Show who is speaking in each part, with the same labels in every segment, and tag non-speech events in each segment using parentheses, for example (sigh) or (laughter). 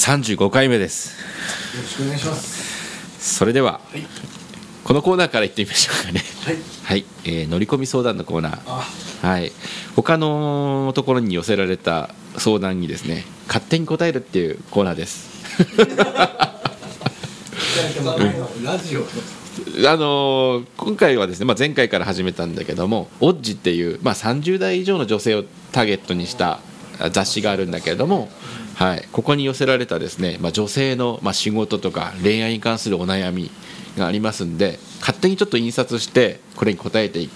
Speaker 1: 35回目です
Speaker 2: よろしくお願いします。
Speaker 1: それでは
Speaker 2: はい。
Speaker 1: このコーナーから行ってみましょうかね
Speaker 2: はい。
Speaker 1: はい、えー乗り込み相談のコーナー
Speaker 2: あ、
Speaker 1: はい他のところに寄せられた相談にですね勝手に答えるっていうコーナーです
Speaker 2: ラジオ。
Speaker 1: あのー今回はですね、まあ、前回から始めたんだけども「オッジ」っていう、まあ、30代以上の女性をターゲットにしたあ雑誌があるんだけれども、はい、ここに寄せられたですね、まあ、女性の、まあ、仕事とか恋愛に関するお悩みがありますんで勝手にちょっと印刷してこれに答えてい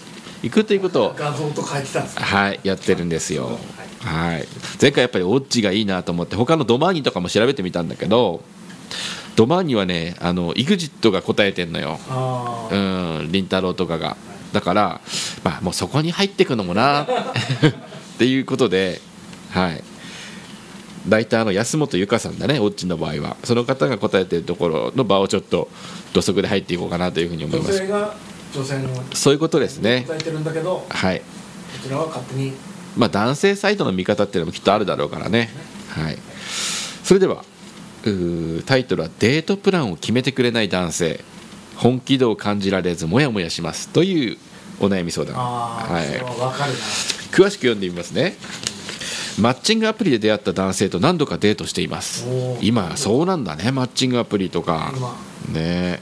Speaker 1: いくということを
Speaker 2: 画像と書いてたんです。
Speaker 1: はい、やってるんですよ。はい、前回やっぱりオッチがいいなと思って、他のドマーニとかも調べてみたんだけど。ドマーニはね、あのイグジットが答えてんのよ。
Speaker 2: あ
Speaker 1: う
Speaker 2: あ。
Speaker 1: ん、りんたろとかが、だから、まあ、もうそこに入ってくのもな。 (laughs) っていうことで、はい。ライターの安本由香さんだね、オッチの場合は、その方が答えてるところの場をちょっと。土足で入っていこうかなというふうに思い
Speaker 2: 女
Speaker 1: ます
Speaker 2: 性。が女性の
Speaker 1: そういうことですね。
Speaker 2: 答えてるんだけど、こ
Speaker 1: はい。
Speaker 2: ちらは勝手に
Speaker 1: まあ、男性サイドの見方っていうのもきっとあるだろうからね、はい、それではうータイトルは「デートプランを決めてくれない男性本気度を感じられずモヤモヤします」というお悩み相談、
Speaker 2: ああ、
Speaker 1: はい、
Speaker 2: それはわかるな。
Speaker 1: 詳しく読んでみますねマッチングアプリで出会った男性と何度かデートしています
Speaker 2: おー
Speaker 1: 今そうなんだねマッチングアプリとか
Speaker 2: 今
Speaker 1: ねえ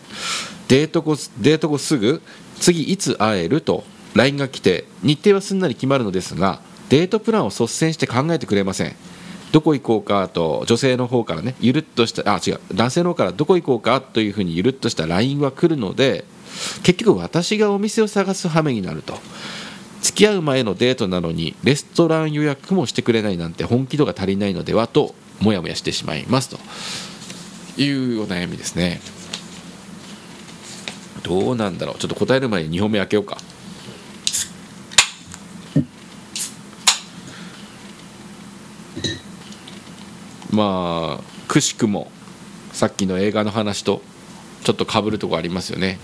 Speaker 1: デート後デート後すぐ次いつ会えると LINE が来て日程はすんなり決まるのですがデートプランを率先して考えてくれませんどこ行こうかと女性の方からねゆるっとしたあ違う男性の方からどこ行こうかというふうにゆるっとした LINE は来るので結局私がお店を探す羽目になると付き合う前のデートなのにレストラン予約もしてくれないなんて本気度が足りないのではとモヤモヤしてしまいますというお悩みですねどうなんだろうちょっと答える前に2本目開けようかまあくしくもさっきの映画の話とちょっとかぶるとこありますよね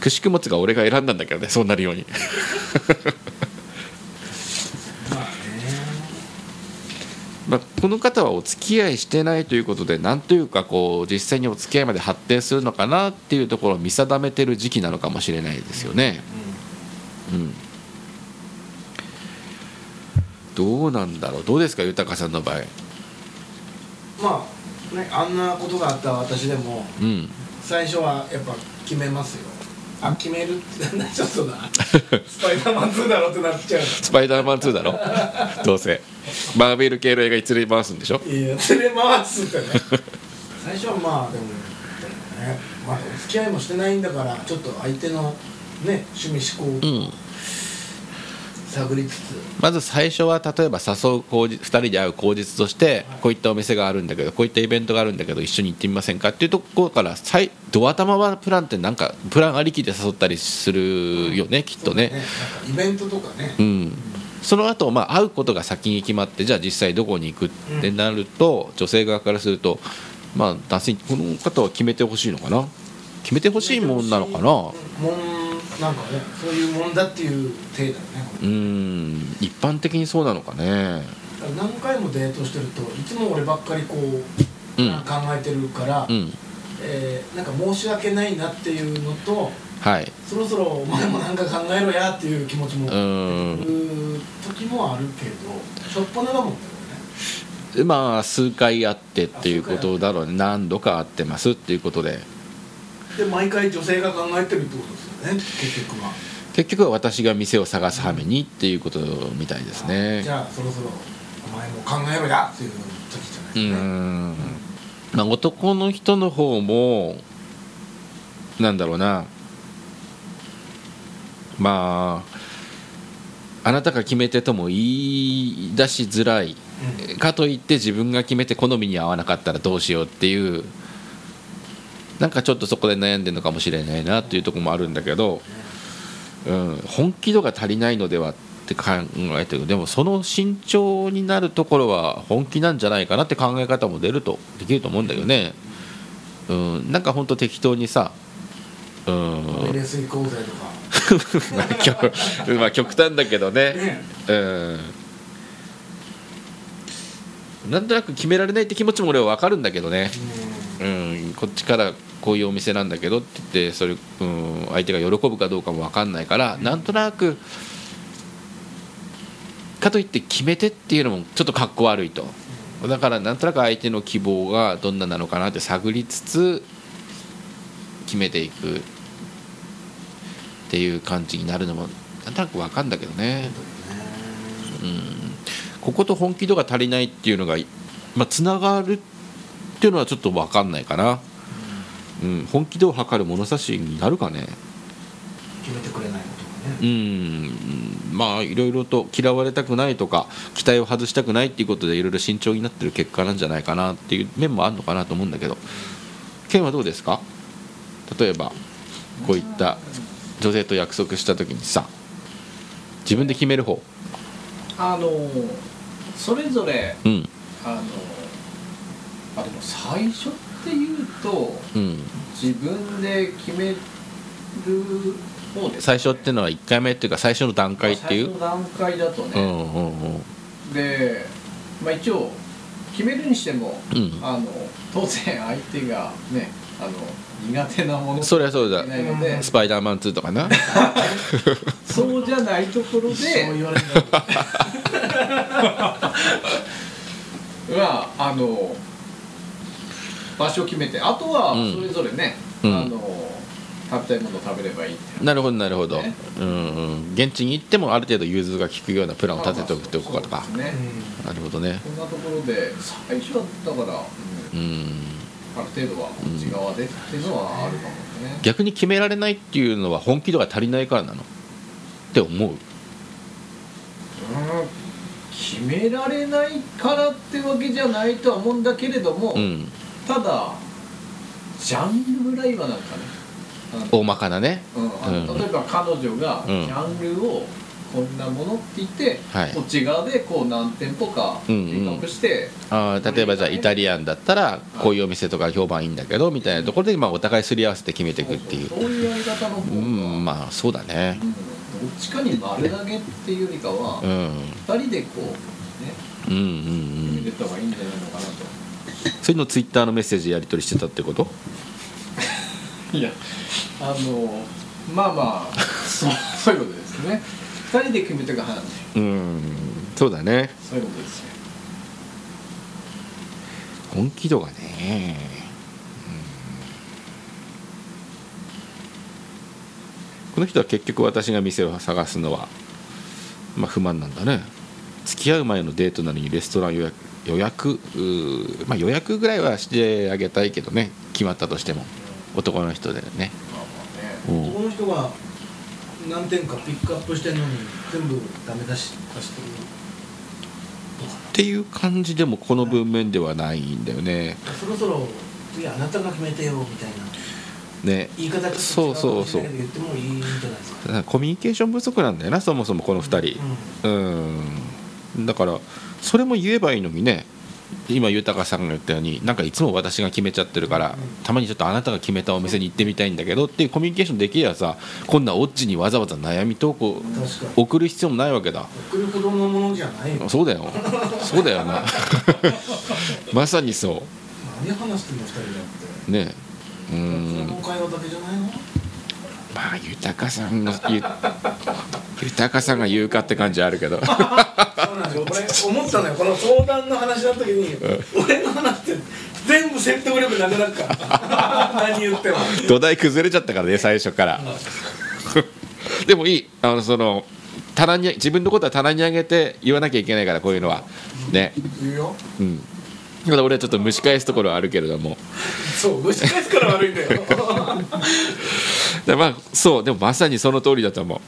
Speaker 1: くしくもつが俺が選んだんだけどねそうなるように (laughs)
Speaker 2: まあね。
Speaker 1: まあ、この方はお付き合いしてないということでなんというかこう実際にお付き合いまで発展するのかなっていうところを見定めてる時期なのかもしれないですよね。うん、どうなんだろうどうですか豊さんの場合。
Speaker 2: うんまあね、あんなことがあった私でも
Speaker 1: うん、
Speaker 2: 最初はやっぱ決めますよ。あ、決めるってなんだちょっとな。スパイダーマン2だろうってなっちゃう。
Speaker 1: スパイダーマン2だろ (laughs) どうせマーベル系の映画に連れ回すんでしょ
Speaker 2: いや連れ回すってね最初はまあでもね、まあ、お付き合いもしてないんだからちょっと相手のね趣味思
Speaker 1: う
Speaker 2: 考を
Speaker 1: ん
Speaker 2: 探りつつ、
Speaker 1: まず最初は例えば誘う口実2人で会う口実としてこういったお店があるんだけどこういったイベントがあるんだけど一緒に行ってみませんかっていうところから最ドア玉はプランってなんかプランありきで誘ったりするよねきっと
Speaker 2: そうだ
Speaker 1: ね。
Speaker 2: なんかイベントとかね、
Speaker 1: うんその後、まあ会うことが先に決まってじゃあ実際どこに行くってなると女性側からすると、まあ、男性にこの方は決めてほしいのかな決めてほしいもんなのかな
Speaker 2: もんなんかねそういうもんだっていう体だよね
Speaker 1: うん一般的にそうなのかね。
Speaker 2: だから何回もデートしてるといつも俺ばっかりこう、
Speaker 1: うん
Speaker 2: なんか考えてるから、
Speaker 1: うん
Speaker 2: えーなんか申し訳ないなっていうのと
Speaker 1: はい、
Speaker 2: そろそろお前もなんか考えろやっていう気持ちも、
Speaker 1: うん
Speaker 2: う時もあるけど初っ端だもんね
Speaker 1: まあ数回会ってっていうことだろうね何度か会ってますっていうことで
Speaker 2: これねで毎回女性が考えてるってことですよね結局は
Speaker 1: 結局は私が店を探す羽目にっていうことみたいですね
Speaker 2: じゃあそろそろお前も考えろやっていう時じゃないうですかね
Speaker 1: んまあ男の人の方もなんだろうなまああなたが決めてとも言い出しづらいかといって自分が決めて好みに合わなかったらどうしようっていうなんかちょっとそこで悩んでるのかもしれないなっていうところもあるんだけど、うん、本気度が足りないのではって考えてるでもその慎重になるところは本気なんじゃないかなって考え方も出るとできると思うんだけどね、うん、なんかほんと適当にさうん
Speaker 2: うん入れすぎ講座とか
Speaker 1: (laughs) まあ極まあ極端だけどね
Speaker 2: ね
Speaker 1: うんなんとなく決められないって気持ちも俺は分かるんだけどね
Speaker 2: う
Speaker 1: うんこっちからこういうお店なんだけどって言ってそれ、うん、相手が喜ぶかどうかも分かんないからなんとなくかといって決めてっていうのもちょっとかっこ悪いとだからなんとなく相手の希望がどんななのかなって探りつつ決めていくっていう感じになるのもなんとなく分かんだけどね。うんここと本気度が足りないっていうのが、まあ、つながるっていうのはちょっと分かんないかな、うん、本気度を測る物差しになるかね
Speaker 2: 決めてくれないことがね
Speaker 1: うんまあいろいろと嫌われたくないとか期待を外したくないっていうことでいろいろ慎重になってる結果なんじゃないかなっていう面もあるのかなと思うんだけど県はどうですか例えばこういった女性と約束した時にさ自分で決める方
Speaker 3: あのーそれぞれ
Speaker 1: うん
Speaker 3: あのーあでも最初っていうと
Speaker 1: うん
Speaker 3: 自分で決める方です、ね、
Speaker 1: 最初っていうのは1回目っていうか最初の段階ってい
Speaker 3: ま
Speaker 1: う
Speaker 3: あ最初の段階だと
Speaker 1: う
Speaker 3: ね、
Speaker 1: んうんうん
Speaker 3: で、まあ、一応決めるにしても、
Speaker 1: うん
Speaker 3: あの当然相手がねあの苦手なもの
Speaker 1: そりゃそうだ
Speaker 3: いないので
Speaker 1: スパイダーマン2とかな (laughs)
Speaker 3: そうじゃないところで
Speaker 2: 一生言われるんだけど
Speaker 3: はあの場所を決めてあとは
Speaker 1: うん
Speaker 3: それぞれね、
Speaker 1: うん
Speaker 3: あの食べたいものを食べればいいって
Speaker 1: なるほどなるほど
Speaker 3: ね
Speaker 1: うんうん現地に行ってもある程度融通が利くようなプランを立てておくっておこうか
Speaker 3: そうですね
Speaker 1: なるほどね
Speaker 3: こんなところで最初はだから、うん
Speaker 1: うん
Speaker 3: ある程度はこっち側でっていうのはあるかもね、
Speaker 1: 逆に決められないっていうのは本気度が足りないからなのって思う
Speaker 3: うん決められないからってわけじゃないとは思うんだけれども、
Speaker 1: うん
Speaker 3: ただジャンルぐらいはなんかねあの
Speaker 1: 大まかなね
Speaker 3: うんあの
Speaker 1: うん
Speaker 3: 例えば彼女がジ
Speaker 1: うん
Speaker 3: ャンルをこんなものって言って、
Speaker 1: はい
Speaker 3: こっち側でこう何店舗かピ
Speaker 1: うんうん
Speaker 3: ックアップして、
Speaker 1: あー例えばじゃあイタリアンだったらこういうお店とか評判いいんだけどみたいなところでまあお互いすり合わせて決めていくっていう
Speaker 3: そうそういうやり方の方が、
Speaker 1: う
Speaker 3: うん
Speaker 1: ん
Speaker 3: ど
Speaker 1: まあそうだね
Speaker 3: っちかに丸投げっていうよりかは
Speaker 1: う、ん
Speaker 3: 二人でこうね
Speaker 1: うんうんう
Speaker 3: 決め
Speaker 1: ん
Speaker 3: てった方がいいんじゃないのかな
Speaker 1: そういうのツイッターのメッセージやり取りしてたってこと
Speaker 3: といやあのまあま
Speaker 1: (laughs)
Speaker 3: あそうそういうことですね二人で決めてか話
Speaker 1: うんそうだね
Speaker 3: そういうことですよ
Speaker 1: 本気度がねうんこの人は結局私が店を探すのはまあ不満なんだね付き合う前のデートなのにレストラン予約予約うーまあ予約ぐらいはしてあげたいけどね決まったとしても男の人でね
Speaker 3: まあまあ
Speaker 1: う
Speaker 3: ね
Speaker 1: ん
Speaker 2: 男の人が何点かピックアップしてんのに全部ダメ出し出してるとか
Speaker 1: っていう感じでもこの文面ではないんだよね
Speaker 2: そろそろ次あなたが決めてよみたいな
Speaker 1: ね
Speaker 2: 言い方ちょっと違う
Speaker 1: そうそうそう
Speaker 2: かもしれないけど言ってもいいんじゃないですか
Speaker 1: コミュニケーション不足なんだよなそもそもこの2人うんだからそれも言えばいいのにね今豊さんが言ったようになんかいつも私が決めちゃってるから
Speaker 2: うん
Speaker 1: たまにちょっとあなたが決めたお店に行ってみたいんだけどっていうコミュニケーションできればさこんなオッチにわざわざ悩み投稿
Speaker 2: うん確かに
Speaker 1: 送る必要もないわけだ
Speaker 2: 送るほどのものじゃないよ
Speaker 1: そうだよそうだよな (laughs) まさにそ
Speaker 2: 何話してんの二人だっ
Speaker 1: う
Speaker 2: て
Speaker 1: ねう
Speaker 2: うんの会話だけじゃないの
Speaker 1: まあ豊さんがゆ豊さんが言うかって感じあるけど
Speaker 2: そうなんですよ俺思ったのよこの相談の話の時に俺の話って全部説得力なくなるから (laughs) 何言っても
Speaker 1: 土台崩れちゃったからね最初から。でもいいあのその棚に自分のことは棚に上げて言わなきゃいけないからこういうのはね
Speaker 2: 言うよ
Speaker 1: うんただ俺はちょっと蒸し返すところはあるけれども
Speaker 2: そう蒸し返すから悪いんだよ
Speaker 1: でまあそうでもまさにその通りだと思う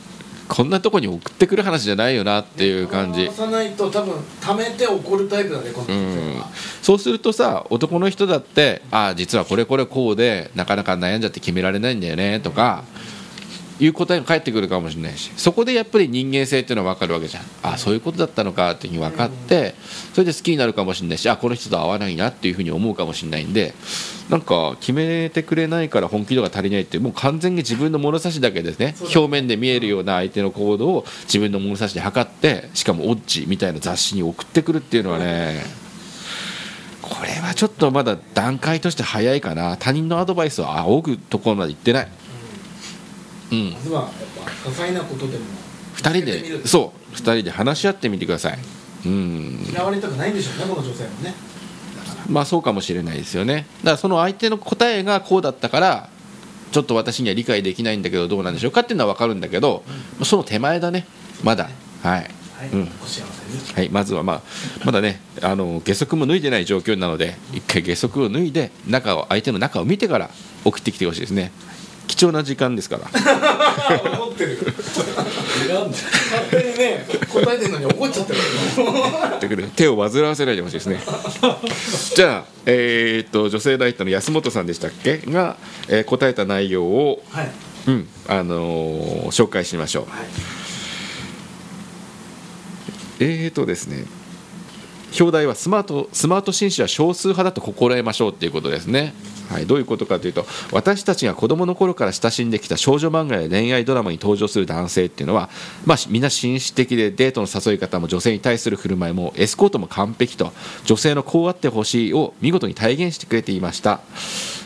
Speaker 1: こんなとこに送ってくる話じゃないよなっていう感じ
Speaker 2: 回さないと多分貯めて怒るタイプだねこの人
Speaker 1: うん
Speaker 2: は、
Speaker 1: そうするとさ男の人だってああ実はこれこれこうでなかなか悩んじゃって決められないんだよねとかいう答えが返ってくるかもしれないしそこでやっぱり人間性っていうのは分かるわけじゃんああそういうことだったのかっていうふうに分かってそれで好きになるかもしれないしあこの人と合わないなっていうふうに思うかもしれないんでなんか決めてくれないから本気度が足りないってもう完全に自分の物差しだけですね
Speaker 2: そうだね
Speaker 1: 表面で見えるような相手の行動を自分の物差しで測ってしかもオッチみたいな雑誌に送ってくるっていうのはねこれはちょっとまだ段階として早いかな他人のアドバイスを仰ぐところまで行ってないうん
Speaker 2: まずはやっぱ些細なことでも
Speaker 1: 2人
Speaker 2: やってみる
Speaker 1: でそう2人で話し合ってみてくださいうん
Speaker 2: 嫌われたくないんでしょうねこの女性もね
Speaker 1: まあそうかもしれないですよねだからその相手の答えがこうだったからちょっと私には理解できないんだけどどうなんでしょうかっていうのは分かるんだけどその手前だねまだはい、
Speaker 2: はい、
Speaker 1: うん
Speaker 2: お幸せに
Speaker 1: はい、まずはまあまだねあの下足も脱いでない状況なので一回下足を脱いで中を相手の中を見てから送ってきてほしいですね貴重な時間ですから
Speaker 2: 怒ってる勝手にね答えてるのに怒っちゃってる
Speaker 1: ということで手を煩わせないでほしいですねじゃあ、えーっと女性ライターの安本さんでしたっけが、えー答えた内容を、
Speaker 2: はい
Speaker 1: うんあのー紹介しましょう
Speaker 2: はい
Speaker 1: えーとですね表題はスマートスマート紳士は少数派だと心得ましょうっていうことですね、はい、どういうことかというと私たちが子供の頃から親しんできた少女漫画や恋愛ドラマに登場する男性っていうのは、まあ、みんな紳士的でデートの誘い方も女性に対する振る舞いもエスコートも完璧と女性のこうあってほしいを見事に体現してくれていました、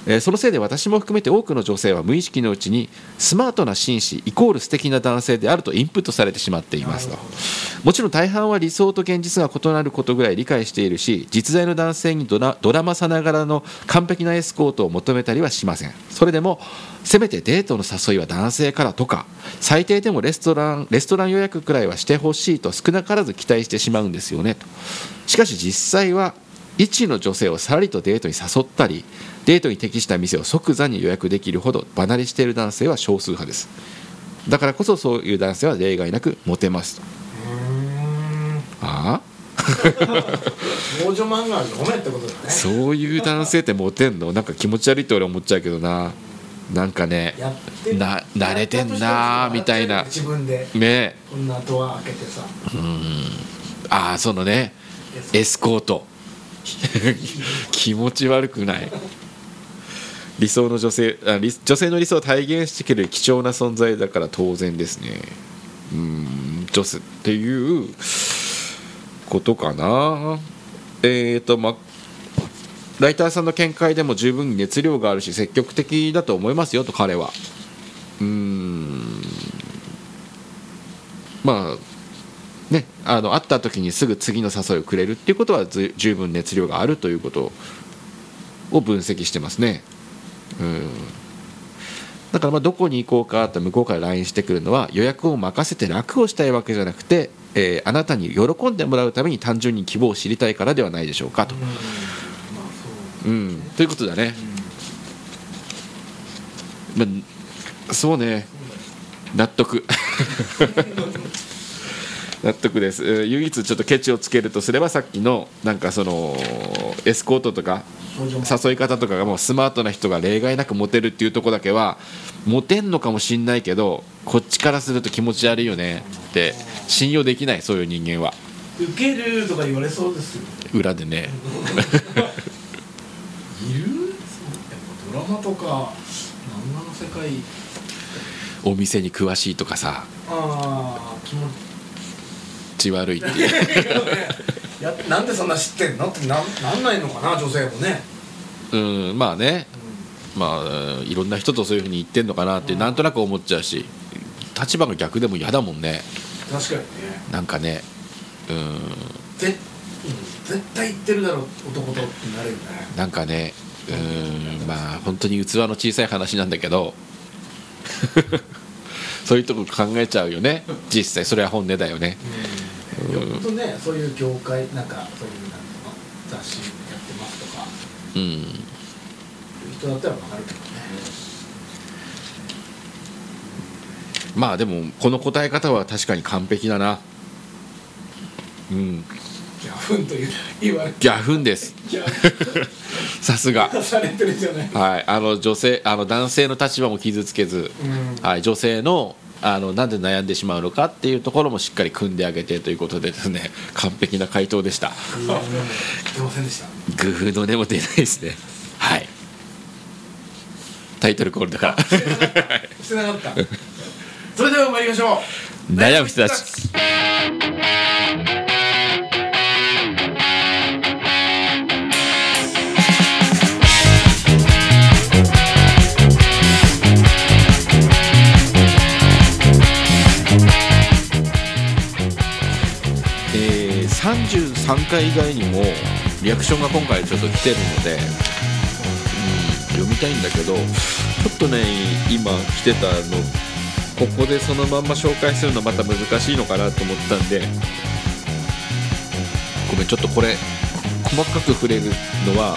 Speaker 1: えーそのせいで私も含めて多くの女性は無意識のうちにスマートな紳士イコール素敵な男性であるとインプットされてしまっていますと。もちろん大半は理想と現実が異なることぐらい理解しているし実在の男性にドラドラマさながらの完璧なエスコートを求めたりはしませんそれでもせめてデートの誘いは男性からとか最低でもレストランレストラン予約くらいはしてほしいと少なからず期待してしまうんですよねとしかし実際は一の女性をさらりとデートに誘ったりデートに適した店を即座に予約できるほど離れしている男性は少数派ですだからこそそういう男性は例外なくモテますとああ
Speaker 2: うーん少女漫画は読めってことだね
Speaker 1: そういう男性ってモテんのなんか気持ち悪いって俺思っちゃうけどななんかね
Speaker 2: やってる
Speaker 1: な慣れてんなーみたいな
Speaker 2: 自分で
Speaker 1: ね
Speaker 2: こんなドア開けてさ
Speaker 1: ああそのねエスコート (laughs) 気持ち悪くない理想の女性あ理女性の理想を体現してくれる貴重な存在だから当然ですねうん女性っていうことかなえっ、とまあライターさんの見解でも十分に熱量があるし積極的だと思いますよと彼はうーんまあねあの会った時にすぐ次の誘いをくれるっていうことはず十分熱量があるということを分析してますねうんだからまあどこに行こうかって向こうから LINE してくるのは予約を任せて楽をしたいわけじゃなくて、えーあなたに喜んでもらうために単純に希望を知りたいからではないでしょうかと
Speaker 2: うんまあそう
Speaker 1: うん、ということだね、まあ、そうね納得 (laughs) 納得ですえー唯一ちょっとケチをつけるとすればさっきのなんかそのエスコートとか
Speaker 2: 少女漫画
Speaker 1: 誘い方とかがもうスマートな人が例外なくモテるっていうとこだけはモテんのかもしんないけどこっちからすると気持ち悪いよねって信用できないそういう人間は
Speaker 2: 受けるとか言われそう (laughs) ですよ
Speaker 1: 裏でね
Speaker 2: いるそうやっぱドラマとか漫画の世界
Speaker 1: お店に詳しいとかさ
Speaker 2: ああ気持ち
Speaker 1: 血悪いっていう
Speaker 2: い (laughs) やなんでそんな知ってんのってなんなんないのかな女性もね、
Speaker 1: うんまあね
Speaker 2: う
Speaker 1: まあいろんな人とそういうふうに言ってんのかなってなんとなく思っちゃうし立場が逆でも嫌だもんね
Speaker 2: ん確かにね
Speaker 1: なんかねうん
Speaker 2: ぜ、うん、絶対言ってるだろう男とってなるよね
Speaker 1: なんかねうんまあ本当に器の小さい話なんだけど (laughs) そういうとこ考えちゃうよね実際それは本音だよね
Speaker 2: うんよっとねそういう業界なんかそういうなんていうの雑誌やってますとか
Speaker 1: うん
Speaker 2: いう人だったらわかるけどね
Speaker 1: まあでもこの答え方は確かに完璧だなうん
Speaker 2: ギャフンという言われ
Speaker 1: ギャフンです (laughs)
Speaker 2: ギャフ
Speaker 1: さすが
Speaker 2: ンされてるじゃない
Speaker 1: はいあの女性あの男性の立場も傷つけず
Speaker 2: うん
Speaker 1: はい、女性のあのなんで悩んでしまうのかっていうところもしっかり組んであげてということでですね (laughs) 完璧な回答でした
Speaker 2: 出ませんでした
Speaker 1: グフの根も出ないですねはいタイトルコールだ
Speaker 2: (laughs)
Speaker 1: から
Speaker 2: してなかったそれでは参りましょう
Speaker 1: 悩む人たち3回以外にもリアクションが今回ちょっと来てるので、うん、読みたいんだけどちょっとね今来てたのここでそのまんま紹介するのまた難しいのかなと思ったんでごめんちょっとこれ細かく触れるのは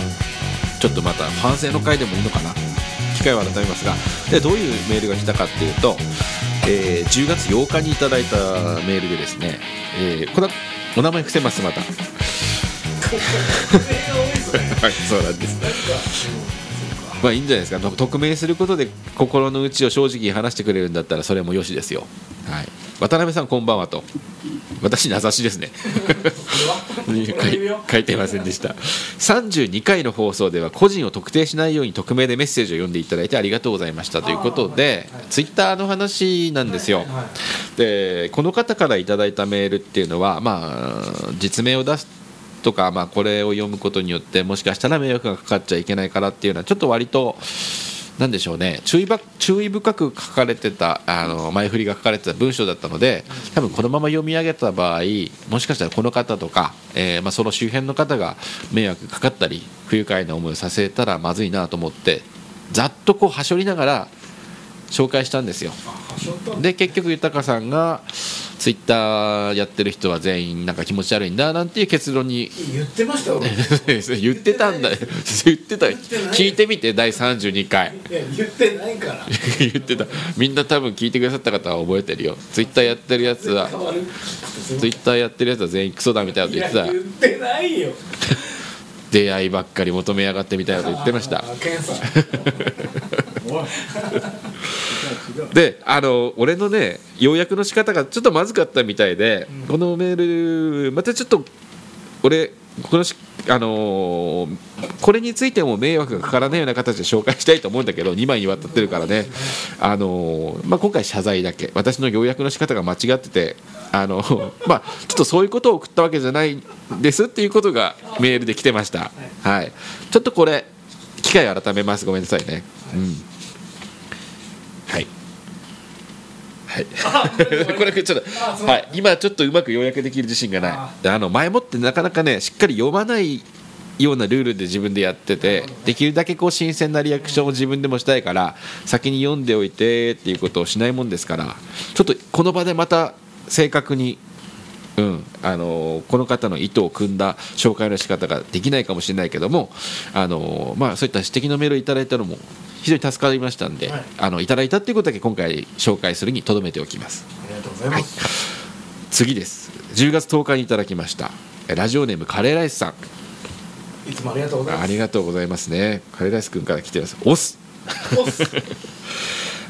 Speaker 1: ちょっとまた反省の回でもいいのかな機会は改めますがでどういうメールが来たかっていうと、えー10月8日にいただいたメールでですね、えーこれはお名前伏せます (laughs) またはいそうなんですまあいいんじゃないですかと匿名することで心の内を正直に話してくれるんだったらそれもよしですよ、はい、渡辺さんこんばんはと私名指しですね
Speaker 2: (laughs)
Speaker 1: 書い書いてませんでした32回の放送では個人を特定しないように匿名でメッセージを読んでいただいてありがとうございましたということで、ツイッターの話なんですよ、
Speaker 2: はい
Speaker 1: でこの方からいただいたメールっていうのは、まあ、実名を出すとか、まあ、これを読むことによってもしかしたら迷惑がかかっちゃいけないからっていうのはちょっと割と。なんでしょうね注意ば注意深く書かれてたあの前振りが書かれてた文章だったので多分このまま読み上げた場合もしかしたらこの方とか、えーまあ、その周辺の方が迷惑かかったり不愉快な思いをさせたらまずいなと思ってざっとこうはしょりながら紹介したんですよ。
Speaker 2: あはしょったんだ
Speaker 1: で結局豊さんがツイッターやってる人は全員なんか気持ち悪いんだなんていう結論に (laughs)
Speaker 2: 言ってま (laughs) した俺い
Speaker 1: 言ってたんだ (laughs) 言ってた
Speaker 2: 言ってない
Speaker 1: 聞いてみて第32回
Speaker 2: や言ってないから
Speaker 1: (laughs) 言ってたみんな多分聞いてくださった方は覚えてるよツイッターやってるやつは
Speaker 2: 変わる
Speaker 1: ツイッターやってるやつは全員クソだみたいなこと言っ
Speaker 2: いや
Speaker 1: て
Speaker 2: 言
Speaker 1: た
Speaker 2: ってないよ
Speaker 1: 出会いばっかり求めやがってみたいなこと言ってました
Speaker 2: あー検査
Speaker 3: おい違う違う
Speaker 1: であの俺のね要約の仕方がちょっとまずかったみたいで、
Speaker 2: うん
Speaker 1: このメールまたちょっと俺このしあのーこれについても迷惑がかからないような形で紹介したいと思うんだけど2枚にわたってるからね、あのーまあ、今回謝罪だけ私の要約の仕方が間違ってて、あの (laughs) まあ、ちょっとそういうことを送ったわけじゃないですっていうことがメールで来てました、はい、ちょっとこれ機会改めますごめんなさいね、うん、はいはい、 (laughs) これちょっ
Speaker 2: あそ
Speaker 1: と、
Speaker 2: う
Speaker 1: はい、今ちょっとうまく要約できる自信がな
Speaker 2: あ
Speaker 1: いであの前もってなかなかねしっかり読まないようなルールで自分でやっててできるだけこう新鮮なリアクションを自分でもしたいから先に読んでおいてっていうことをしないもんですからちょっとこの場でまた正確に、うんあのこの方の意図を組んだ紹介の仕方ができないかもしれないけども、あのまあ、そういった指摘のメールをいただいたのも非常に助かりましたんで、
Speaker 2: はい
Speaker 1: あのいただいたっていうことだけ今回紹介するにとどめておきます。
Speaker 2: ありがとうございます、
Speaker 1: 次です10月10日にいただきましたえラジオネームカレーライスさん
Speaker 2: い、つもありがとうござい
Speaker 1: あ
Speaker 2: ま
Speaker 1: りがとうございますねカレーライスくんから来てますオス
Speaker 2: すおっす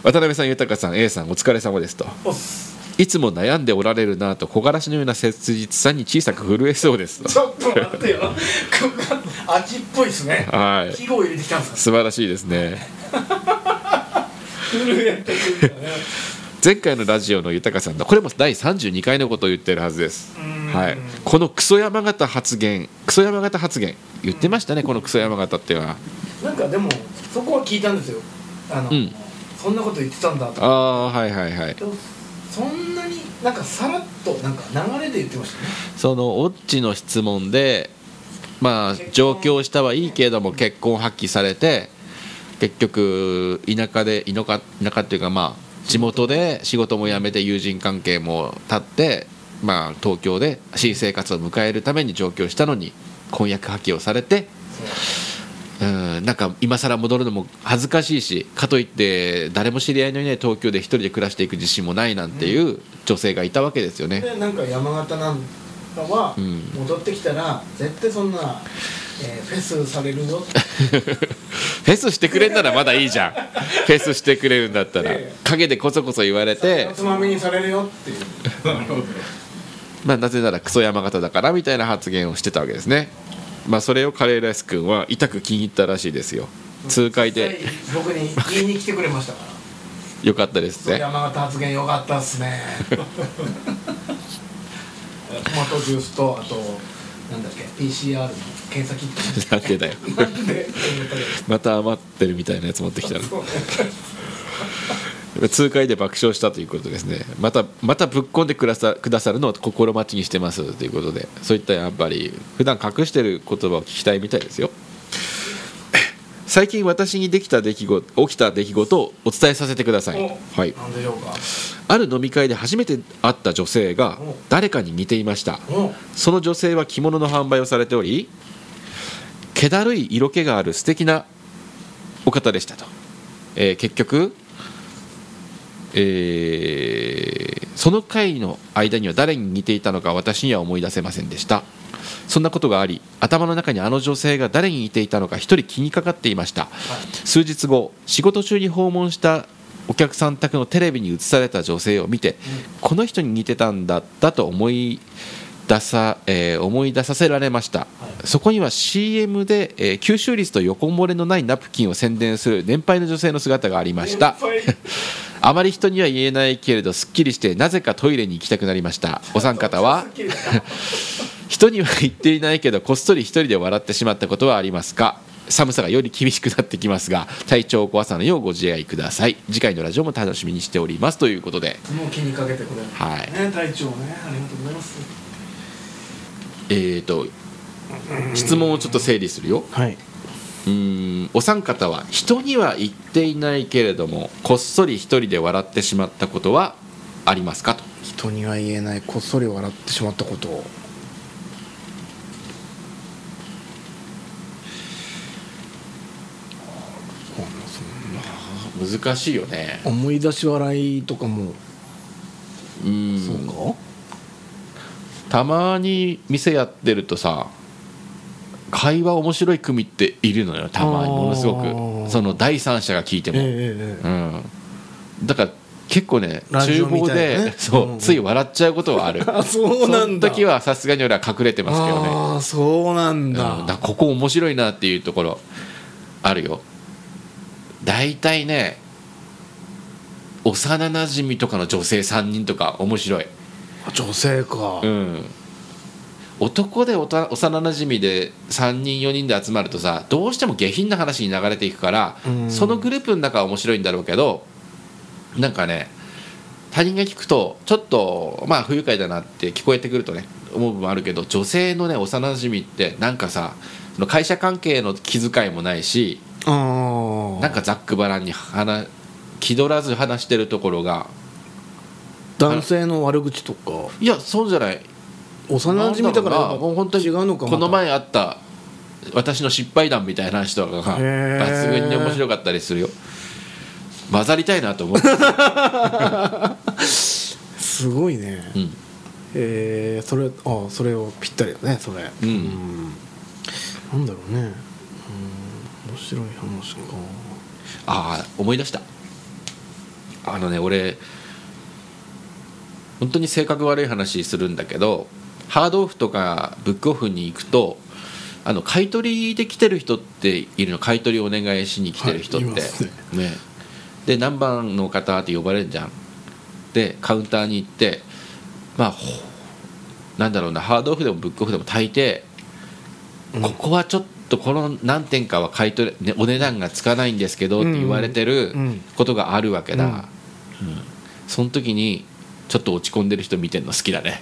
Speaker 1: 渡辺さん豊さん A さんお疲れ様ですと
Speaker 2: おっす
Speaker 1: いつも悩んでおられるなと小柄しのような切実さに小さく震えそうですと
Speaker 2: (laughs) ちょっと待ってよここ味っぽいですね
Speaker 1: はい
Speaker 2: 季語を入れてきたんですか
Speaker 1: 素晴らしいですね
Speaker 2: 古いやってくるんだね
Speaker 1: 前回のラジオの豊さんのこれも第32回のことを言ってるはずです
Speaker 2: うん、
Speaker 1: はい、このクソ山形発言クソ山形発言言ってましたねこのクソ山形っていうのは
Speaker 2: なんかでもそこは聞いたんですよあの、
Speaker 1: うん
Speaker 2: そんなこと言ってたんだと
Speaker 1: ああはいはいはい
Speaker 2: でもそんなになんかさらっとなんか流れで言ってましたね
Speaker 1: そのオッチの質問でまあ上京したはいいけれども結婚を発揮されて結局田舎で田舎田舎っていうかまあ地元で仕事も辞めて友人関係も立ってまあ東京で新生活を迎えるために上京したのに婚約破棄をされてうんなんか今更戻るのも恥ずかしいしかといって誰も知り合いのいない東京で一人で暮らしていく自信もないなんていう女性がいたわけですよね。
Speaker 2: でなんか山形なんかは
Speaker 1: うん
Speaker 2: 戻ってきたら絶対そんな、えーフェスされるよって
Speaker 1: (laughs) フェスしてくれんならまだいいじゃんフェスしてくれるんだったら
Speaker 2: ええ
Speaker 1: 陰でこそこそ言われて
Speaker 2: おつまみにされるよっていう
Speaker 3: なるほど
Speaker 1: まあ、なぜならクソ山形だからみたいな発言をしてたわけですね、まあ、それをカレーライス君は痛く気に入ったらしいですよ痛快で
Speaker 2: 実際僕に言いに来てくれましたから
Speaker 1: よかったで
Speaker 2: 「
Speaker 1: す
Speaker 2: (laughs) そう
Speaker 1: ね
Speaker 2: 山形発言良かったっすね」トマトジュースとあとなんだっけ PCR の検査キッ
Speaker 1: なんでだよ
Speaker 2: トなんでって思ったけど
Speaker 1: また余ってるみたいなやつ持ってきたら
Speaker 2: そうね
Speaker 1: 痛快で爆笑したということですねまたまたぶっこんでくださくださるのを心待ちにしてますということでそういったやっぱり普段隠してる言葉を聞きたいみたいですよ最近私にできた出来事起きた出来事をお伝えさせてください、はい、
Speaker 2: なんでしょうか
Speaker 1: ある飲み会で初めて会った女性が誰かに似ていました
Speaker 2: お
Speaker 1: その女性は着物の販売をされており気だるい色気がある素敵なお方でしたと、えー結局、えーその会の間には誰に似ていたのか私には思い出せませんでしたそんなことがあり頭の中にあの女性が誰に似ていたのか一人気にかかっていました、数日後仕事中に訪問したお客さん宅のテレビに映された女性を見て、この人に似てたんだったと思い出さ、えー思い出させられました、そこには CM で、えー吸収率と横漏れのないナプキンを宣伝する年配の女性の姿がありました
Speaker 2: 年配
Speaker 1: あまり人には言えないけれどすっきりしてなぜかトイレに行きたくなりましたお三方は (laughs)
Speaker 2: さっき言った
Speaker 1: 人には言っていないけどこっそり一人で笑ってしまったことはありますか寒さがより厳しくなってきますが体調を壊さないようご自愛ください次回のラジオも楽しみにしておりますということで、
Speaker 2: もう気にかけてくれる、
Speaker 1: はい
Speaker 2: ね、隊長ねありがとうございます
Speaker 1: えー、と質問をちょっと整理するよ
Speaker 2: はいう
Speaker 1: ーんお三方は人には言っていないけれどもこっそり一人で笑ってしまったことはありますかと
Speaker 2: 人には言えないこっそり笑ってしまったことをそんな
Speaker 1: 難しいよね
Speaker 2: 思い出し笑いとかも
Speaker 1: うーん
Speaker 2: そうか、
Speaker 1: たまに店やってるとさ会話面白い組っているのよたまに
Speaker 2: あー
Speaker 1: ものすごくその第三者が聞いて
Speaker 2: ええ
Speaker 1: も、
Speaker 2: えええ
Speaker 1: うん、だから結構ね
Speaker 2: ラジ
Speaker 1: 厨
Speaker 2: オみ
Speaker 1: 房
Speaker 2: たいなね
Speaker 1: で、そう、
Speaker 2: うん
Speaker 1: つい笑っちゃうことはある
Speaker 2: (laughs) あそうなんだ
Speaker 1: その時はさすがに俺は隠れてますけどね
Speaker 2: ああそうなんだ,、
Speaker 1: うんだからここ面白いなっていうところあるよ大体ね幼なじみとかの女性3人とか面白い
Speaker 2: 女性か、
Speaker 1: うん男でおた幼なじみで3人4人で集まるとさどうしても下品な話に流れていくから、
Speaker 2: うん
Speaker 1: そのグループの中は面白いんだろうけどなんかね他人が聞くとちょっとまあ不愉快だなって聞こえてくるとね思う部分あるけど女性のね幼なじみってなんかさその会社関係の気遣いもないし
Speaker 2: ああ
Speaker 1: なんかざっくばらんに話気取らず話してるところが
Speaker 2: 男性の悪口とか
Speaker 1: いやそうじゃない
Speaker 2: 幼馴染みだからやっぱ
Speaker 1: なんだろうなもう本当に
Speaker 2: 違うのか
Speaker 1: この
Speaker 2: また
Speaker 1: 前あった私の失敗談みたいな話とかが
Speaker 2: へー
Speaker 1: 抜群に面白かったりするよ混ざりたいなと
Speaker 2: (laughs)
Speaker 1: 思って、
Speaker 2: すごいね
Speaker 1: うん
Speaker 2: えー、それあそれをぴったりだねそれ
Speaker 1: うん
Speaker 2: うんなんだろうねうん面白い話か
Speaker 1: ああ思い出したあのね俺本当に性格悪い話するんだけどハードオフとかブックオフに行くとあの買い取りで来てる人っているの買い取りお願いしに来てる人って、
Speaker 2: はいいますね
Speaker 1: ねで何番の方って呼ばれるじゃんでカウンターに行ってまあほなんだろうなハードオフでもブックオフでも大抵、
Speaker 2: うん
Speaker 1: ここはちょっとこの何点かは買い取れ、ね、お値段がつかないんですけどって言われてる
Speaker 2: うんうん
Speaker 1: ことがあるわけだ、
Speaker 2: うん
Speaker 1: うんその時にちょっと落ち込んでる人見てるの好きだ
Speaker 2: (laughs)
Speaker 1: ね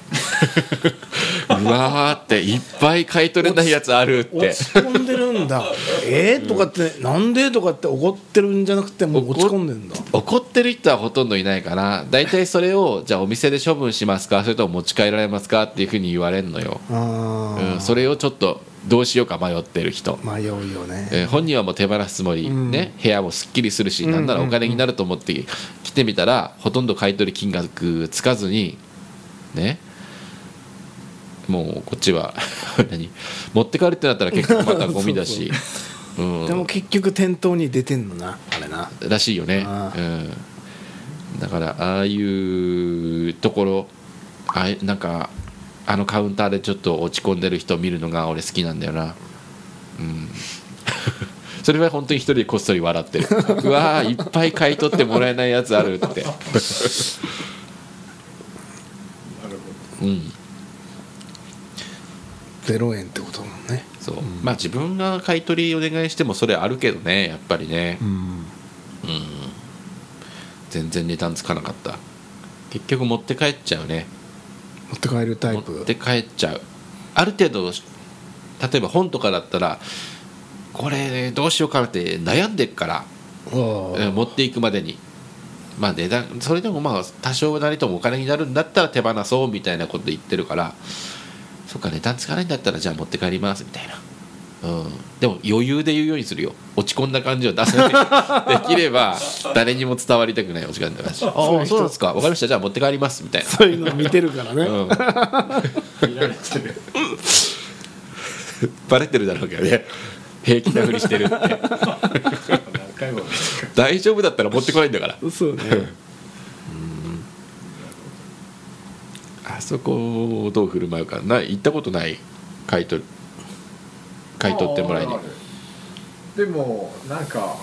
Speaker 1: うわーっていっぱい買い取れないやつあるって
Speaker 2: 落ち込んでるんだえー、とかって、なんでとかって怒ってるんじゃなくてもう落ち込んでんだ
Speaker 1: 怒ってる人はほとんどいないかな大体それをじゃあお店で処分しますかそれとも持ち帰られますかっていうふうに言われるのよ、
Speaker 2: ああ、
Speaker 1: うん、それをちょっとどうしようか迷ってる人、
Speaker 2: 迷うよね
Speaker 1: えー本人はもう手放すつもり、
Speaker 2: ん
Speaker 1: ね部屋もすっきりするし、
Speaker 2: ん
Speaker 1: なんならお金になると思って来てみたらほとんど買い取り金額つかずにねもうこっちは (laughs) 何持って帰るってなったら結構またゴミだしうん
Speaker 2: でも結局店頭に出てんのなあれな
Speaker 1: らしいよね、
Speaker 2: あ
Speaker 1: うん、だからああいうところあいなんかあのカウンターでちょっと落ち込んでる人見るのが俺好きなんだよなうん (laughs) それは本当に一人でこっそり笑ってる (laughs) うわーいっぱい買い取ってもらえないやつあるって
Speaker 3: なるほど
Speaker 1: うん
Speaker 2: 0円ってことだもんね
Speaker 1: そう、まあ自分が買い取りお願いしてもそれあるけどねやっぱりね
Speaker 2: うん
Speaker 1: 全然値段つかなかった結局持って帰っちゃうね
Speaker 2: 持って帰るタイ
Speaker 1: 持っ
Speaker 2: プ
Speaker 1: て帰っちゃうある程度例えば本とかだったらこれどうしようかなって悩んでるから
Speaker 2: あー
Speaker 1: えー持っていくまでにまあ値段それでもまあ多少なりともお金になるんだったら手放そうみたいなこと言ってるからそっか値段つかないんだったらじゃあ持って帰りますみたいな。うん、でも余裕で言うようにするよ落ち込んだ感じを出せない (laughs) できれば誰にも伝わりたくないお時間だからしああそうなんですか分かりましたじゃあ持って帰りますみたいな
Speaker 2: そういうの見てるからね、
Speaker 1: うん
Speaker 3: 見られてる
Speaker 1: バレてるだろうけどね平気なふりしてるって
Speaker 3: 何回も見てる
Speaker 1: 大丈夫だったら持ってこないんだから
Speaker 2: そうね
Speaker 1: あそこをどう振る舞うかな行ったことない買い取買い取ってもらいに
Speaker 3: あああるでもなんか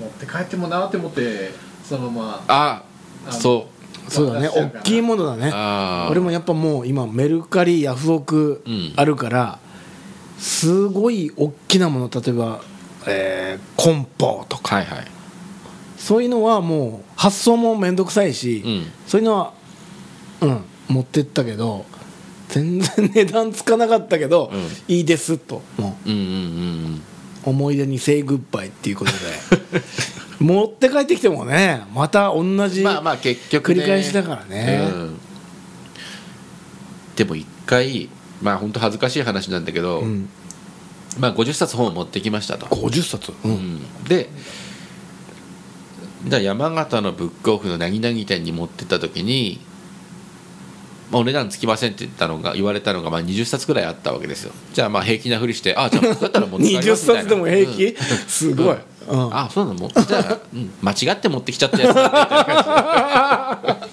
Speaker 3: 持って帰ってもなって思ってそのまま
Speaker 1: あ
Speaker 3: あの
Speaker 1: そ
Speaker 2: そうだね
Speaker 3: 渡しちゃうから
Speaker 2: 大きいものだ
Speaker 1: う
Speaker 2: ね
Speaker 1: あー
Speaker 2: 俺もやっぱもう今メルカリヤフオク
Speaker 1: うん
Speaker 2: あるから、すごい大きなもの例えば、えーコンポとか
Speaker 1: はいはい
Speaker 2: そういうのはもう発送も面倒くさいし、
Speaker 1: うん
Speaker 2: そういうのはうん持ってったけど全然値段つかなかったけど、
Speaker 1: うん
Speaker 2: いいですとも
Speaker 1: うんうんうんうん
Speaker 2: う思い出に「セイグッバイ」っていうこ
Speaker 1: (laughs)
Speaker 2: とで持って帰ってきてもねまた同じ、
Speaker 1: まあまあ結局、ね、
Speaker 2: 繰り返しだからね
Speaker 1: うんでも一回まあ本当恥ずかしい話なんだけど、
Speaker 2: うん、
Speaker 1: まあ50冊本を持ってきましたと、
Speaker 2: 50冊、う
Speaker 1: うんん、でだから山形のブックオフのなぎなぎ店に持ってった時に、まあ、お値段つきませんって言ったのが言われたのがまあ20冊ぐらいあったわけですよじゃあまあ平気なふりしてあじゃあだったら持って帰りますみ
Speaker 2: 20
Speaker 1: たい
Speaker 2: 冊
Speaker 1: な
Speaker 2: でも平気、
Speaker 1: うん
Speaker 2: すごい、う
Speaker 1: うんんあそうなのもうじゃあ、うん間違って持ってきちゃったやつだみたいな感じ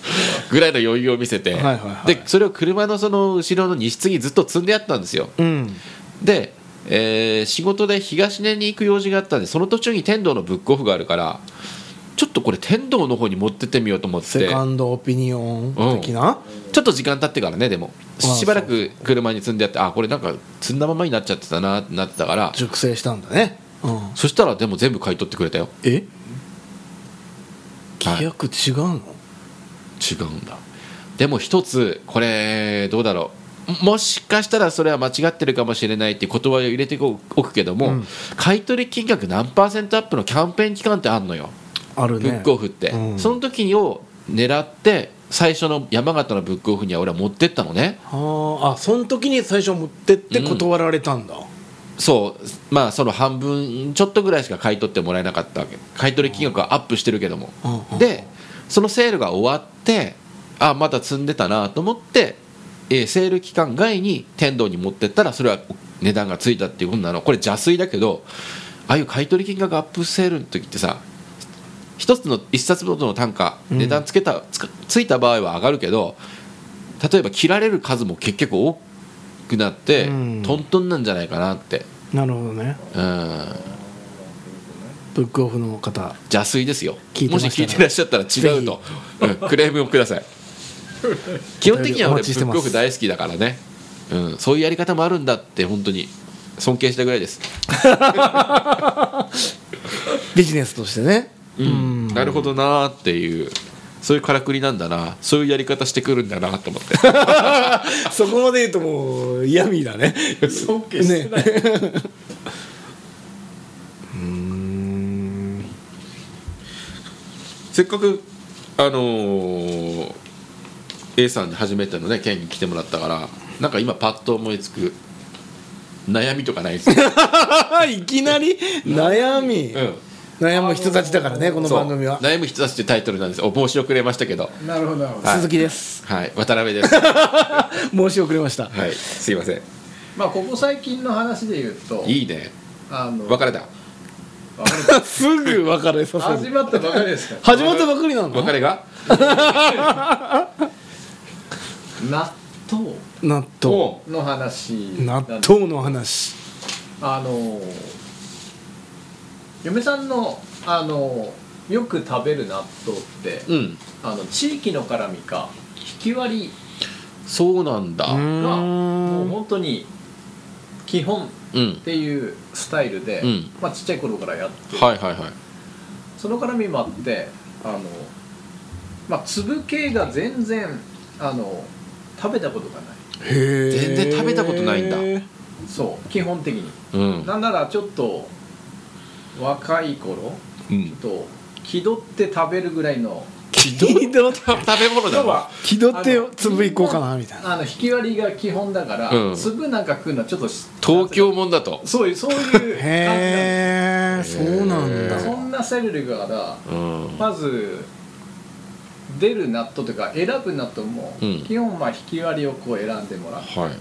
Speaker 1: ぐらいの余裕を見せて、
Speaker 2: はいはいはい
Speaker 1: でそれを車のその後ろの荷室にずっと積んであったんですよ
Speaker 2: うん
Speaker 1: で、えー仕事で東根に行く用事があったんでその途中に天童のブックオフがあるからちょっとこれ天童の方に持ってってみようと思っ
Speaker 2: セ
Speaker 1: て
Speaker 2: カンドオピニオン的な、
Speaker 1: ちょっと時間経ってからねでも
Speaker 2: ああ
Speaker 1: しばらく車に積んであってあこれなんか積んだままになっちゃってたなってなってたから
Speaker 2: 熟成したんだね、うん、
Speaker 1: そしたらでも全部買い取ってくれたよ
Speaker 2: え
Speaker 1: はい
Speaker 2: 規約違うの、
Speaker 1: 違うんだでも一つこれどうだろうもしかしたらそれは間違ってるかもしれないっていう言葉を入れておくけども、
Speaker 2: うん
Speaker 1: 買い取り金額何パーセントアップのキャンペーン期間ってあんのよ、
Speaker 2: ある
Speaker 1: ブ
Speaker 2: ね
Speaker 1: ックオフって、
Speaker 2: うん
Speaker 1: その時を狙って最初の山形のブックオフには俺は持ってったのね
Speaker 2: ああその時に最初持ってって
Speaker 1: うん
Speaker 2: 断られたんだ、
Speaker 1: そうまあその半分ちょっとぐらいしか買い取ってもらえなかったわけ買い取り金額はアップしてるけども、
Speaker 2: うん
Speaker 1: でそのセールが終わってあまだ積んでたなと思って、えーセール期間外に天童に持ってったらそれは値段がついたっていうことなのこれ邪推だけどああいう買い取り金額アップセールの時ってさ一つの一冊ごとの単価
Speaker 2: うん
Speaker 1: 値段つけた、つかついた場合は上がるけど例えば切られる数も結局多くなって、
Speaker 2: うん
Speaker 1: トントンなんじゃないかなって
Speaker 2: なるほどね
Speaker 1: うん
Speaker 2: ブックオフの方
Speaker 1: 邪推ですよ
Speaker 2: 聞いて
Speaker 1: も
Speaker 2: ま
Speaker 1: し
Speaker 2: したら
Speaker 1: 聞いてらっしゃったら違うと、うんクレームをくださ
Speaker 2: (laughs)
Speaker 1: い基本的には
Speaker 2: お
Speaker 1: 俺
Speaker 2: 待
Speaker 1: ブ
Speaker 2: ちして
Speaker 1: ッ
Speaker 2: ま
Speaker 1: ク
Speaker 2: す
Speaker 1: オフ大好きだからね、うん、そういうやり方もあるんだって本当に尊敬したぐらいです、
Speaker 2: ビジネスとしてね
Speaker 1: うんなるほどなーっていうそういうからくりなんだなそういうやり方してくるんだなと思って
Speaker 2: (laughs) そこまで言うともう闇だね
Speaker 3: 尊敬してない、
Speaker 2: うーん
Speaker 1: せっかくあのー A さんで初めてのね県に来てもらったからなんか今パッと思いつく悩みとかないです
Speaker 2: (laughs)
Speaker 1: か、
Speaker 2: あいきなり悩み、
Speaker 1: うん
Speaker 2: 悩む人たちだからねこの
Speaker 1: そう
Speaker 2: 番組は
Speaker 1: 悩む人たち」ってタイトルなんですお申し遅れましたけど
Speaker 3: なるほどなるほど、
Speaker 1: はい
Speaker 2: 鈴木です
Speaker 1: はい渡辺 (laughs) ですは
Speaker 2: 申し遅れました
Speaker 1: いすいません
Speaker 3: まあここ最近の話で言うと
Speaker 1: いいね
Speaker 3: あの
Speaker 1: 別れた
Speaker 3: 別れ
Speaker 2: すぐ別れさせ
Speaker 3: た始
Speaker 2: る
Speaker 3: まったばかりですから
Speaker 2: 始まったばかりなの
Speaker 1: 別れが
Speaker 3: 納豆
Speaker 2: 納豆
Speaker 1: お
Speaker 3: の話なん
Speaker 2: 納
Speaker 3: です
Speaker 2: 豆の話
Speaker 3: あの嫁さんのあのよく食べる納豆って
Speaker 1: ううん
Speaker 3: あの地域の辛みか引き割
Speaker 1: そうなんだ
Speaker 2: う
Speaker 1: うん
Speaker 3: りがもう
Speaker 2: ーん
Speaker 3: 本当に基本
Speaker 1: うん
Speaker 3: っていうスタイルで、
Speaker 1: うん
Speaker 3: まあ、ちっちゃい頃からやってる
Speaker 1: はいはいはい
Speaker 3: その辛みもあってあの、まあ、粒系が全然あの食べたことがない
Speaker 4: へえ
Speaker 1: 全然食べたことないんだ
Speaker 3: そう基本的に
Speaker 1: うん
Speaker 3: なんならちょっと若い頃
Speaker 1: うん
Speaker 3: と気取って食べるぐらいの
Speaker 1: 気取った食べ物だ
Speaker 3: 要
Speaker 1: わ
Speaker 3: は
Speaker 4: 気取ってよ粒いこうかなみたいな
Speaker 3: あの引き割りが基本だから、
Speaker 1: うん
Speaker 3: 粒なんか食うのはちょっとし
Speaker 1: 東京もんだと
Speaker 3: そういうそういう感じなん
Speaker 4: へえそうなん
Speaker 1: へ
Speaker 4: だ
Speaker 1: ー
Speaker 3: だそんなセレルが
Speaker 1: うん
Speaker 3: まず出る納豆というか選ぶ納豆も、
Speaker 1: うん
Speaker 3: 基本まあ引き割りをこう選んでもらう
Speaker 1: はいはい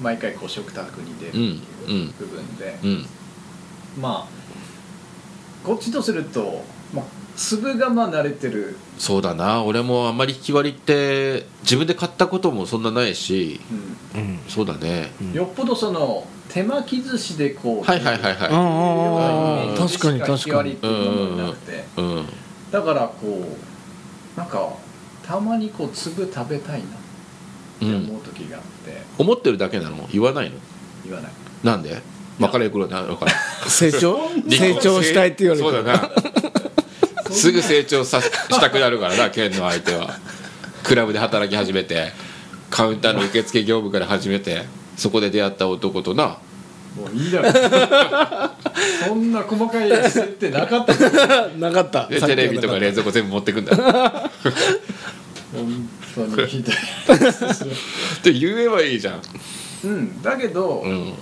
Speaker 3: 毎回こう食卓に出るっ
Speaker 1: う
Speaker 3: て
Speaker 1: んう
Speaker 3: い
Speaker 1: ん
Speaker 3: う部分で、
Speaker 1: うん
Speaker 3: まあこっちとすると、まあ、粒がまあ慣れてる、
Speaker 1: そうだな俺もあんまり引き割りって自分で買ったこともそんなないし
Speaker 3: うん
Speaker 4: うん
Speaker 1: そうだね
Speaker 4: うん
Speaker 3: よっぽどその手巻き寿司でこう
Speaker 1: はいはいはい
Speaker 4: うん
Speaker 1: は
Speaker 4: うんうんうん確かに
Speaker 3: 引
Speaker 4: 確
Speaker 3: き
Speaker 4: か
Speaker 3: 割
Speaker 4: に
Speaker 3: りっていうのもなくて
Speaker 1: いうん
Speaker 3: だからこうなんかたまにこう粒食べたいなって
Speaker 1: うん
Speaker 3: 思う時があって
Speaker 1: 思ってるだけなの言わないの
Speaker 3: 言わない
Speaker 1: なんで分かれくるな分かる
Speaker 4: 成長成長したいって言われて
Speaker 1: そうだなすぐ成長さしたくなるからな県の相手はクラブで働き始めてカウンターの受付業務から始めてそこで出会った男とな
Speaker 3: もういいだろ (laughs) そんな細かい設定なかったから
Speaker 4: なかった
Speaker 1: でテレビとか冷蔵庫全部持ってく
Speaker 4: (laughs)
Speaker 1: んだ
Speaker 3: 本当にひどい
Speaker 1: って言えばいいじゃん、
Speaker 3: うんだけど、
Speaker 1: うん、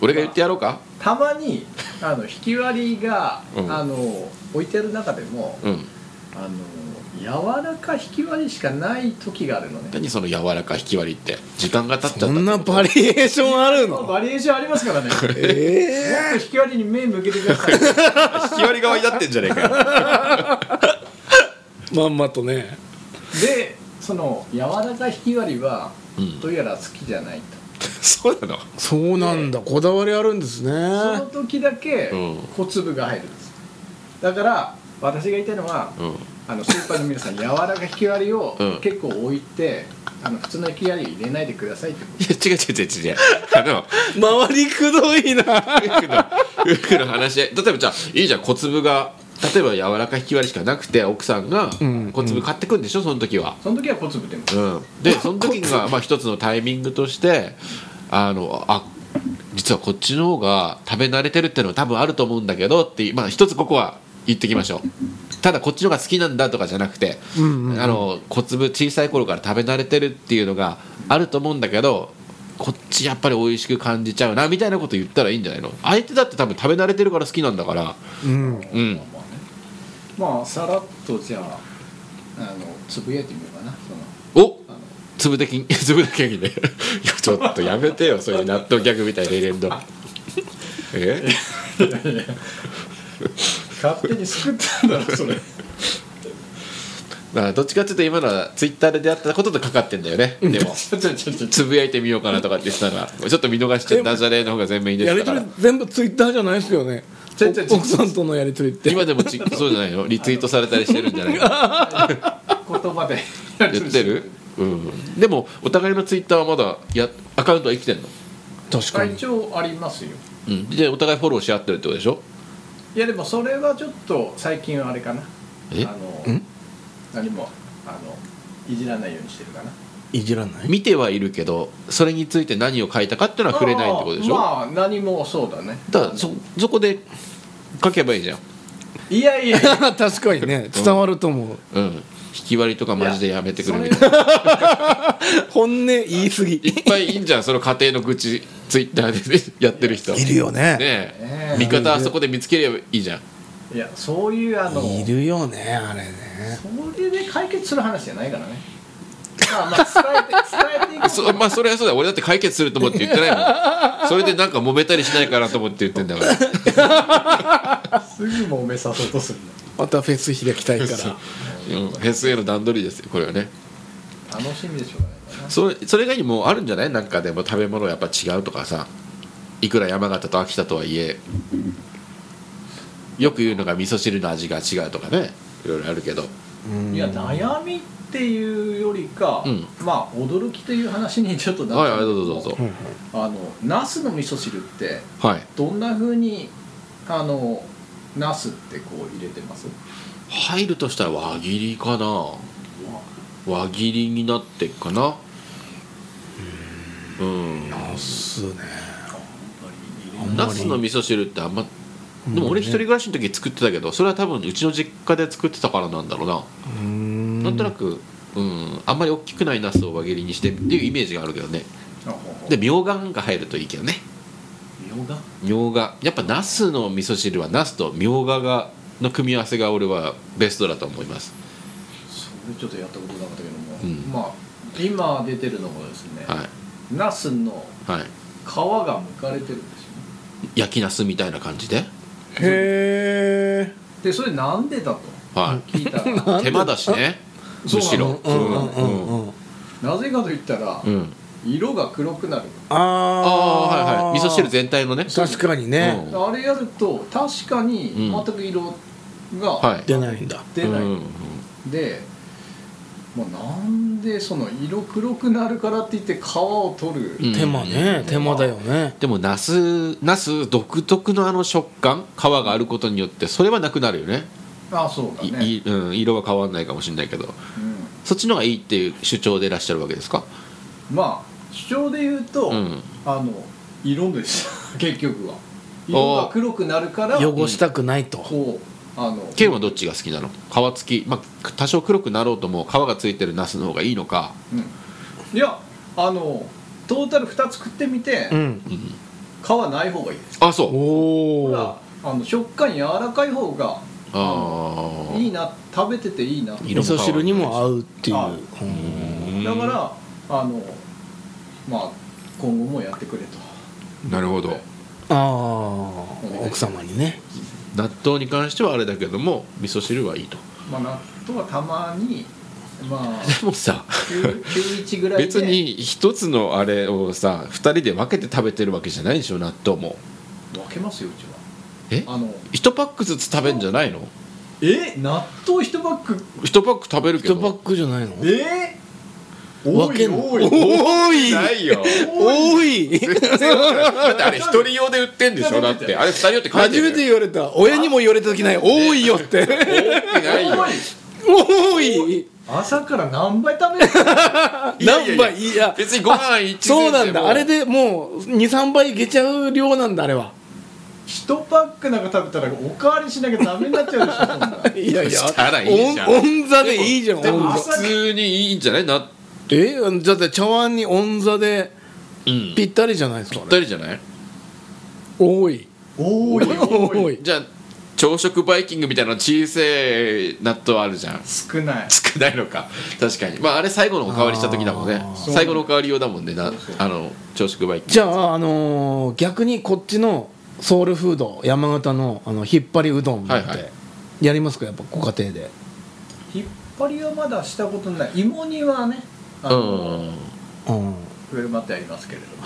Speaker 1: 俺が言ってやろうか
Speaker 3: たまにあの引き割りが、
Speaker 1: うん
Speaker 3: あの置いてある中でも、
Speaker 1: うん
Speaker 3: あの柔らか引き割りしかない時があるのね
Speaker 1: 何その柔らか引き割りって時間が経っちゃった
Speaker 4: そんなバリエーションあるの
Speaker 3: バリエーションありますからね
Speaker 4: ええ
Speaker 3: 引き割りに目向けてくだ (laughs) さい
Speaker 1: 引き割り側になってんじゃねえかよ
Speaker 4: (laughs) まんまとね
Speaker 3: でその柔らか引き割りは、
Speaker 1: うん
Speaker 3: どうやら好きじゃないと
Speaker 1: そうなの
Speaker 4: そうなんだこだわりあるんですね
Speaker 3: その時だけ
Speaker 1: うん
Speaker 3: 小粒が入るんですだから私が言いたいのは、
Speaker 1: うん
Speaker 3: あのスーパーの皆さん柔らか引き割りを
Speaker 1: うん
Speaker 3: 結構置いて、あの普通の引き割り入れないでくださいってこと
Speaker 1: いや違う違う違う違うあの
Speaker 4: 周りくどいな
Speaker 1: 夫婦の夫婦の話例えばじゃあいいじゃん小粒が例えば柔らか引き割りしかなくて奥さんが
Speaker 4: うん
Speaker 1: 小粒買ってくんでしょその時は、
Speaker 3: その時は小粒でも
Speaker 1: うん、
Speaker 4: (laughs)
Speaker 1: でその時がまあ一つのタイミングとしてあのあ実はこっちの方が食べ慣れてるっていうのは多分あると思うんだけどってまあ一つここは言ってきましょうただこっちの方が好きなんだとかじゃなくて、
Speaker 4: うんうん
Speaker 1: あの小粒小さい頃から食べ慣れてるっていうのがあると思うんだけどこっちやっぱり美味しく感じちゃうなみたいなこと言ったらいいんじゃないの相手だって多分食べ慣れてるから好きなんだから
Speaker 4: うん
Speaker 1: うん
Speaker 3: まあねまあさらっとじゃああのつぶやいてみようかなその
Speaker 1: お
Speaker 3: あの
Speaker 1: 粒的に (laughs) 粒だけにねいやちょっとやめ
Speaker 4: (laughs)
Speaker 1: てよそういう納豆ギャグみたいな入れんのえ
Speaker 3: 勝手に作ったんだろそれ
Speaker 1: まあどっちかっていうと今のはツイッターで出会ったこととかかってんだよねでも
Speaker 3: ちょちょちょちょ
Speaker 1: つぶやいてみようかなとかって言ってたらちょっと見逃しちゃうダジャレの方が全面に出
Speaker 4: や
Speaker 1: て
Speaker 4: り
Speaker 1: たか
Speaker 4: 取
Speaker 1: ら
Speaker 4: り全部ツイッターじゃないですよね
Speaker 3: ちょちょちょ
Speaker 4: 奥さんとのやり取りって
Speaker 1: 今でもちそうじゃないのリツイートされたりしてるんじゃないか
Speaker 3: 言葉で
Speaker 1: 言ってるうんでもお互いのツイッターはまだやアカウントは生きてんの、
Speaker 4: 確かに
Speaker 3: 一応ありますよ
Speaker 1: うん、でお互いフォローし合ってるってことでしょ
Speaker 3: いやでもそれはちょっと最近はあれかな
Speaker 1: え
Speaker 3: あの何もあのいじらないようにしてるかない
Speaker 4: じらない
Speaker 1: 見てはいるけどそれについて何を書いたかっていうのは触れないってことでしょ、
Speaker 3: まあ何もそうだね
Speaker 1: だからそそこで書けばいいじゃん、
Speaker 3: いやいや
Speaker 4: 確かにね伝わると思う
Speaker 1: うん、引き割りとかマジでやめてくれみたいな
Speaker 3: それ
Speaker 4: 本音言い過ぎ
Speaker 1: いっぱいいんじゃんその家庭の愚痴ツイッターで、ね、 (laughs) やってる人
Speaker 4: いるよね
Speaker 1: ねえ
Speaker 3: ねえ
Speaker 1: 味方はそこで見つければいいじゃん
Speaker 3: いやそういうあの
Speaker 4: いるよねあれね
Speaker 3: それで解決する話じゃないからねまあまあ伝えて伝えていく
Speaker 1: そまあそれはそうだ俺だって解決すると思って言ってないもんそれでなんか揉めたりしないかなと思って言ってんだから
Speaker 3: すぐ揉めさそうとするの
Speaker 4: またフェス開きたいから
Speaker 1: うんフェスへの段取りですよこれはね
Speaker 3: 楽しみでしょうがないかな
Speaker 1: それそれ以外にもあるんじゃないなんかでも食べ物やっぱ違うとかさいくら山形と秋田とはいえよく言うのが味噌汁の味が違うとかねいろいろあるけど
Speaker 4: うん
Speaker 3: いや悩みっていうよりか、
Speaker 1: うん
Speaker 3: まあ驚きという話にちょっとなっ
Speaker 1: はい
Speaker 3: ち
Speaker 1: は
Speaker 3: ゃ
Speaker 1: い
Speaker 3: け
Speaker 1: どうぞどうぞ
Speaker 4: はいはい
Speaker 3: あのナスの味噌汁って
Speaker 1: はい
Speaker 3: どんな風にあのナスってこう入れてます
Speaker 1: 入るとしたら輪切りかな輪切りになってっかなうん
Speaker 2: ナスね
Speaker 1: ナスの味噌汁ってあんまでも俺一人
Speaker 2: う
Speaker 1: 暮らしの時作ってたけどそれは多分うちの実家で作ってたからなんだろうな、
Speaker 2: ーん
Speaker 1: なんとなくうんあんまり大きくないナスを輪切りにしてっていうイメージがあるけどねでみょうがが入るといいけどね
Speaker 3: みょうが
Speaker 1: みょうがやっぱナスの味噌汁はナスとみょうががの組み合わせが俺はベストだと思います
Speaker 3: それちょっとやったことなかったけども、
Speaker 1: うん
Speaker 3: まあ今出てるのがですね、
Speaker 1: は
Speaker 3: ナスの
Speaker 1: いはい
Speaker 3: 皮が剥かれてるんですよね
Speaker 1: 焼きナスみたいな感じで
Speaker 2: へえ
Speaker 3: でそれなんでだと
Speaker 1: は
Speaker 3: 聞いたら
Speaker 1: (laughs)
Speaker 2: ないん
Speaker 1: 手
Speaker 2: で
Speaker 1: 間だしねむしろ
Speaker 2: うんうんうんうんうん
Speaker 3: なぜかと言ったら、
Speaker 1: うんうん
Speaker 3: 色が黒くなる
Speaker 2: あ
Speaker 1: あ
Speaker 2: あ
Speaker 1: あはいはい味噌汁全体のね
Speaker 2: 確かにね、
Speaker 1: うん
Speaker 3: あれやると確かに
Speaker 1: うん
Speaker 3: 全く色
Speaker 1: は
Speaker 3: が
Speaker 1: い
Speaker 2: 出ないんだ
Speaker 3: 出ない、
Speaker 1: うんうん
Speaker 3: で、まあ、なんでその色黒くなるからって言って皮を取る、
Speaker 1: うん
Speaker 2: 手間ね手間だよね
Speaker 1: でもナスナス独特のあの食感皮があることによってそれはなくなるよね
Speaker 3: あそうだ
Speaker 1: い
Speaker 3: ね
Speaker 1: いうん、色は変わんないかもしれないけどそっちの方がいいっていう主張でいらっしゃるわけですか
Speaker 3: うん、まあ主張で言うと、
Speaker 1: うん
Speaker 3: あの色です結局は色が黒くなるから
Speaker 2: 汚したくないと、
Speaker 3: こうあの
Speaker 1: ケンはどっちが好きなの皮付き、まあ、多少黒くなろうとも皮が付いてるナスの方がいいのか
Speaker 3: うんいやあのトータル2つ食ってみて、
Speaker 2: うん
Speaker 3: 皮ない方がいいです
Speaker 1: あそう
Speaker 2: お
Speaker 3: ほ
Speaker 2: お
Speaker 3: らあの食感柔らかい方が
Speaker 1: ああ
Speaker 3: いいな食べてていいなだか
Speaker 1: い
Speaker 2: 味
Speaker 1: 色も変わらな
Speaker 2: 噌
Speaker 1: い
Speaker 2: 汁にも合うっていう
Speaker 3: あ
Speaker 2: うん
Speaker 3: らあのまあ今後もやってくれと
Speaker 1: なるほど
Speaker 2: ああ奥様にね
Speaker 1: 納豆に関してはあれだけども味噌汁はいいと
Speaker 3: まあ納豆はたまにまあ
Speaker 1: でもさ
Speaker 3: 9 91ぐらいで
Speaker 1: 別に一つのあれをさ2人で分けて食べてるわけじゃないでしょ納豆も
Speaker 3: 分けますようちは
Speaker 1: え
Speaker 3: あの
Speaker 1: 1パックずつ食べんじゃないの
Speaker 3: え納豆一パック
Speaker 1: 1パック食べるけ
Speaker 2: 一
Speaker 1: ど
Speaker 2: パックじゃないの
Speaker 3: えー、多
Speaker 2: 分
Speaker 3: い
Speaker 2: けんの
Speaker 3: 多い
Speaker 1: 多いない
Speaker 3: (laughs)
Speaker 1: よ
Speaker 2: 多い
Speaker 1: 全然だってあれ一人用で売ってんでしょだってあれ二人用って書いて
Speaker 2: 初
Speaker 1: る
Speaker 2: めて言われた親にも言われた時ない多いよって
Speaker 1: 多くないよ
Speaker 3: 多い
Speaker 2: 多い
Speaker 3: 朝から何杯食べる
Speaker 2: 何倍いや
Speaker 1: 別にご飯一膳
Speaker 2: そう
Speaker 1: でも
Speaker 2: なんだあれでもう23倍いけちゃう量なんだあれは
Speaker 3: 一パックなんか食べたらおかわりしなきゃダメになっちゃうでしょそんない
Speaker 2: やいや
Speaker 1: したらいいじゃん
Speaker 2: オンオン座でいいじゃん
Speaker 1: でも
Speaker 2: オン
Speaker 3: 朝
Speaker 2: 座
Speaker 1: 普通にいいんじゃないな
Speaker 2: えだって茶碗にオン座で
Speaker 1: うん
Speaker 2: ぴ
Speaker 1: ぴっ
Speaker 2: ったりじゃないですかあ
Speaker 1: た
Speaker 2: れ
Speaker 1: りじゃない
Speaker 2: 多い
Speaker 3: 多い多
Speaker 2: 多
Speaker 3: い
Speaker 2: い
Speaker 1: じゃあ朝食バイキングみたいな小さい納豆あるじゃん
Speaker 3: 少ない
Speaker 1: 少ないのか確かにまああれ最後のおかわりした時だもんね
Speaker 2: あ
Speaker 3: ー
Speaker 1: 最後のおかわり用だもんねな
Speaker 3: そうそう
Speaker 1: あの朝食バイキング
Speaker 2: じゃああのー逆にこっちのソウルフード山形のあの引っ張りうどんって、
Speaker 1: はいはい
Speaker 2: やりますかやっぱご家庭で
Speaker 3: 引っ張りはまだしたことない芋煮はねあ
Speaker 1: う
Speaker 3: の、
Speaker 1: ん
Speaker 2: うん
Speaker 3: 振る舞ってありますけれども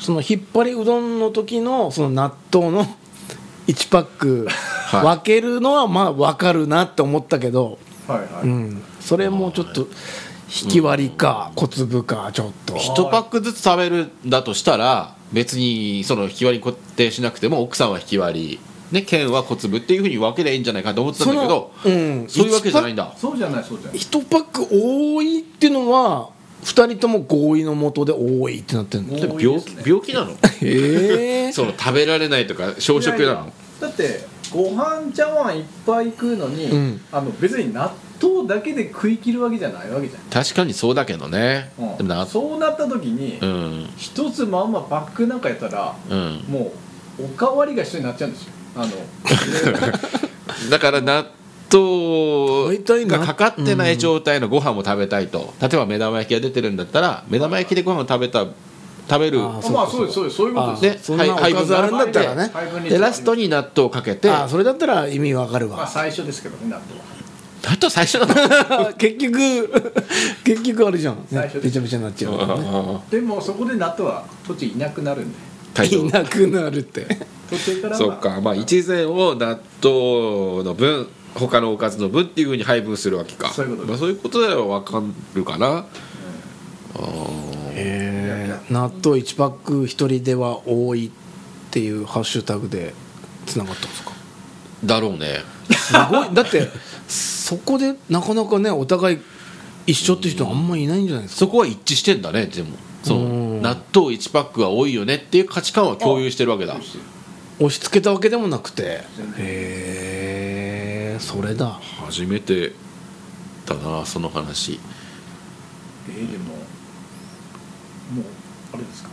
Speaker 2: その引っ張りうどんの時のその納豆の (laughs) 1パック
Speaker 1: い
Speaker 2: 分けるのはまあ分かるなって思ったけど、
Speaker 3: はいはい、
Speaker 2: うん、それもちょっと引き割りか小粒かちょっと
Speaker 1: 一パックずつ食べるんだとしたら別にその引き割り固定しなくても奥さんは引き割りね剣は小粒っていうふうに分けりゃいいんじゃないかと思ってたんだけど
Speaker 2: そのうん
Speaker 1: そういうわけじゃないんだ
Speaker 3: そうじゃないそうじゃない
Speaker 2: 1パック多いっていうのは2人とも合意のもとで多いってなってるの
Speaker 3: 一
Speaker 1: で
Speaker 3: パ
Speaker 1: も
Speaker 3: ック
Speaker 1: 病気
Speaker 3: 多いですね
Speaker 1: 病気な
Speaker 3: (laughs)
Speaker 1: の
Speaker 2: へえ
Speaker 1: その食べられないとか小食
Speaker 3: い
Speaker 1: ない
Speaker 3: やや
Speaker 1: の
Speaker 3: だってご飯茶碗いっぱい食うのに、
Speaker 2: うん
Speaker 3: あの別に納豆だけで食い切るわけじゃないわけじゃ
Speaker 1: 確かにそうだけどね
Speaker 3: ん、うん、
Speaker 1: でもな
Speaker 3: そうなった時に
Speaker 1: うん
Speaker 3: 一、つまんまパックなんかやったら
Speaker 1: うん
Speaker 3: もうおかわりが一緒になっちゃうんですよあ
Speaker 1: (laughs)
Speaker 3: の
Speaker 1: だから納
Speaker 2: 大
Speaker 1: 豆
Speaker 2: 体な
Speaker 1: がかかってない状態のご飯も食べたいと例えば目玉焼きが出てるんだったら目玉焼きでご飯を食べた食べる
Speaker 2: あ
Speaker 3: まあそうですそうですそういうこと
Speaker 1: で
Speaker 3: です
Speaker 2: そんなおかずあるんだったらね
Speaker 3: 配分率
Speaker 1: でラストに納豆をかけて
Speaker 2: あーそれだったら意味わかる
Speaker 3: まあ
Speaker 1: (laughs)
Speaker 2: わ
Speaker 3: 最初ですけどね納豆は
Speaker 1: 納豆最初なの
Speaker 2: 結局結局あれじゃん、
Speaker 3: 最
Speaker 2: ね
Speaker 3: 初、で
Speaker 2: べちゃべちゃになっちゃうからね
Speaker 3: でもそこで納豆は途中いなくなるんで
Speaker 1: 態度
Speaker 2: いなくなるって
Speaker 3: 途中からは
Speaker 1: そうかまあ一膳を納豆の分他のおかずの分っていうふうに配分するわけか
Speaker 3: そういうことです
Speaker 1: まあ、そういうことでは分かるかな、あー
Speaker 2: へえ納豆1パック1人では多いっていうハッシュタグでつながったんですか
Speaker 1: だろうね
Speaker 2: すご (laughs) いだってそこでなかなかねお互い一緒って人あんまりいないんじゃないですか
Speaker 1: そこは一致してんだねでもそうの
Speaker 2: ん
Speaker 1: 納豆1パックは多いよねっていう価値観は共有してるわけだ
Speaker 2: 押し付けたわけでもなくてへえそれだ
Speaker 1: 初めてだなその話
Speaker 3: えーでももうあれですか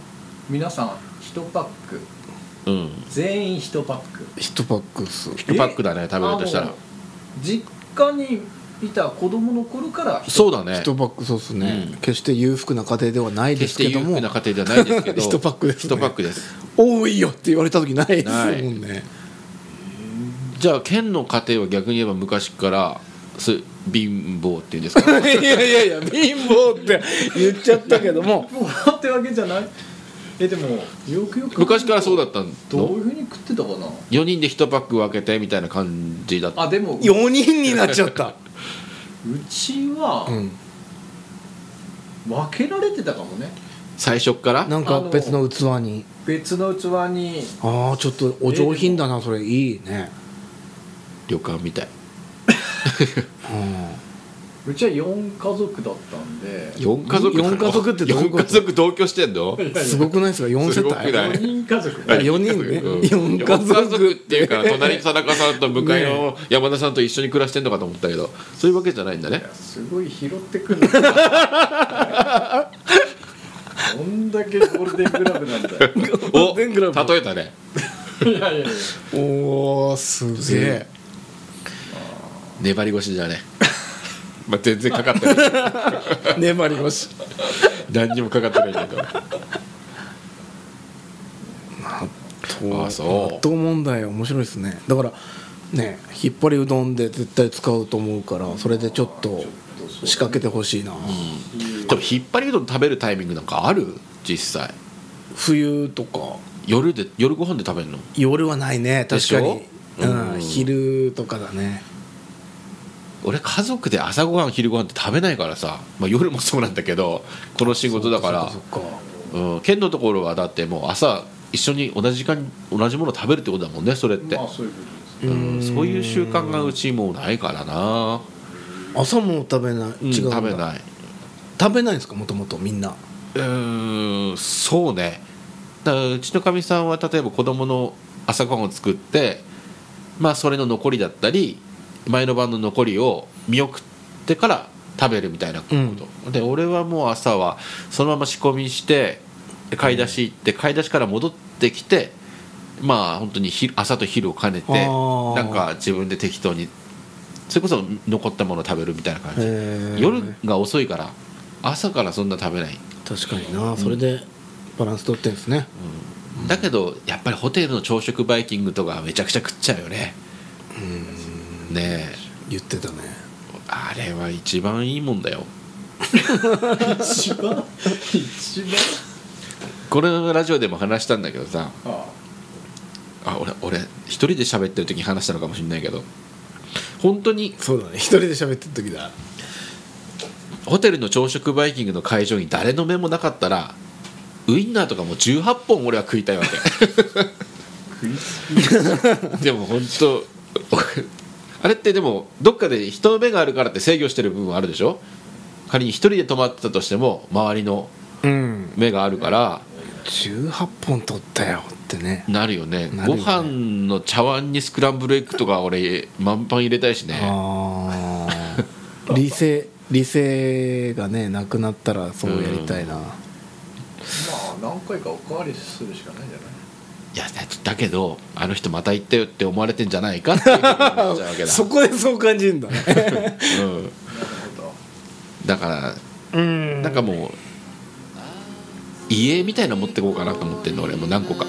Speaker 3: 皆さん1パック
Speaker 1: うん
Speaker 3: 全員1パック
Speaker 2: 1パックっす
Speaker 1: 1パックだね食べるとした
Speaker 3: あ
Speaker 1: ら
Speaker 3: の実家にいた子供の頃から
Speaker 1: そうだね
Speaker 2: 1パックそうっすね、
Speaker 1: うん
Speaker 2: 決して裕福な家庭ではないで
Speaker 1: 決し
Speaker 2: す
Speaker 1: て
Speaker 2: け
Speaker 1: 裕
Speaker 2: ども
Speaker 1: 福な家庭ではないですけど
Speaker 2: 一パックですね
Speaker 1: (laughs) 一パックです
Speaker 2: 多いよって言われた時ないですもんね
Speaker 1: じゃあ県の家庭は逆に言えば昔からす貧乏っていうんですか
Speaker 2: い (laughs) やいやいや貧乏って言っちゃったけども
Speaker 3: もらってわけじゃないえでもよくよく
Speaker 1: 昔からそうだった
Speaker 3: どう
Speaker 1: の
Speaker 3: いうふうに食ってたかな
Speaker 1: 4人で1パック分けてみたいな感じだった
Speaker 3: あでもう
Speaker 2: 4人になっち
Speaker 1: (laughs)
Speaker 2: ゃった、
Speaker 3: ちは
Speaker 2: うん、
Speaker 3: 分けられてたかもね
Speaker 1: 最初っから
Speaker 2: なんか別の器に
Speaker 3: 別の器に
Speaker 2: ああちょっとお上品だなそれいいね、
Speaker 1: 旅館みたい
Speaker 2: うん
Speaker 3: うちは4家族だったんで
Speaker 1: 4家族
Speaker 2: 四家族ってどういうこと
Speaker 1: 4家族同居してんの
Speaker 2: すごくないですか4世
Speaker 1: すご
Speaker 2: 帯
Speaker 1: くない
Speaker 3: 4人家族
Speaker 2: あ四人ね
Speaker 1: うん
Speaker 2: 四家族
Speaker 1: 四っていうか隣に田中さんと向かいの山田さんと一緒に暮らしてんのかと思ったけどそういうわけじゃないんだ
Speaker 2: (laughs)
Speaker 1: ね
Speaker 3: すごい拾ってくるんだよどんだけゴールデングラブなんだよ
Speaker 1: お例えたね
Speaker 3: いやいやいや
Speaker 2: おおすげ
Speaker 1: (laughs)
Speaker 2: え
Speaker 1: 粘り腰じゃねまあ全然かかって
Speaker 2: (laughs)
Speaker 1: ない
Speaker 2: 粘り腰
Speaker 1: 何にもかかってないけど
Speaker 2: 納
Speaker 1: あそう
Speaker 2: 納豆問題面白いですねだからね引っ張りうどんで絶対使うと思うからそれでちょっと仕掛けてほしいな、
Speaker 1: でも引っ張りうどん食べるタイミングなんかある実際
Speaker 2: 冬とか
Speaker 1: 夜で夜ご飯で食べるの
Speaker 2: 夜はないね
Speaker 1: で
Speaker 2: 確
Speaker 1: し
Speaker 2: か
Speaker 1: ょ
Speaker 2: にうん、
Speaker 1: うん
Speaker 2: 昼とかだね
Speaker 1: 俺家族で朝ごはん昼ごはんって食べないからさ、まあ、夜もそうなんだけどこの仕事だから
Speaker 2: そっかそっか
Speaker 1: うん、県のところはだってもう朝一緒に同じ時間に同じもの食べるってことだもんねそれって、
Speaker 3: まあそういうことです
Speaker 1: うん、そういう習慣がうちもうないからな、
Speaker 2: 朝も食べない、
Speaker 1: うん、
Speaker 2: 違うんだ
Speaker 1: 食べない
Speaker 2: 食べないんですかもともとみんな
Speaker 1: うーんそうねだからうちのかみさんは例えば子供の朝ごはんを作ってまあそれの残りだったり前の晩の残りを見送ってから食べるみたいなこと、で俺はもう朝はそのまま仕込みして買い出し行って買い出しから戻ってきてまあ本当に昼朝と昼を兼ねて
Speaker 2: あー
Speaker 1: なんか自分で適当にそれこそ残ったものを食べるみたいな感じ
Speaker 2: へえ
Speaker 1: 夜が遅いから朝からそんな食べない
Speaker 2: 確かにな、それでバランス取ってんですね
Speaker 1: だけどやっぱりホテルの朝食バイキングとかめちゃくちゃ食っちゃうよねねえ
Speaker 2: 言ってたね
Speaker 1: あれは一番いいもんだよ
Speaker 3: 一番一番
Speaker 1: これのラジオでも話したんだけどさ
Speaker 3: あ
Speaker 1: あ俺俺一人で喋ってる時に話したのかもしれないけど本当に
Speaker 2: そうだね一人で喋ってる時だ
Speaker 1: ホテルの朝食バイキングの会場に誰の目もなかったらウインナーとかもう18本俺は食いたいわ
Speaker 3: 食いす
Speaker 1: けでも本当あれってでもどっかで人の目があるからって制御してる部分あるでしょ仮に一人で泊まってたとしても周りの
Speaker 2: うん
Speaker 1: 目があるから
Speaker 2: 18本取ったよってね
Speaker 1: なるよね
Speaker 2: なる
Speaker 1: ご
Speaker 2: よね
Speaker 1: 飯の茶碗にスクランブルエッグとか俺満パン入れたいしね
Speaker 2: あ
Speaker 1: (laughs)
Speaker 2: あ理性理性がねなくなったらそうやりたいな、
Speaker 3: まあ何回かおかわりするしかないんじゃない
Speaker 1: いやだだけどあの人また行ったよって思われてんじゃないかっていうふうになっちゃうわけだ、
Speaker 2: (laughs) そこでそう感じるんだね
Speaker 1: うん、
Speaker 3: なるほど
Speaker 1: だから
Speaker 2: うん
Speaker 1: なんかもう家みたいなの持ってこうかなと思ってんの俺もう何個か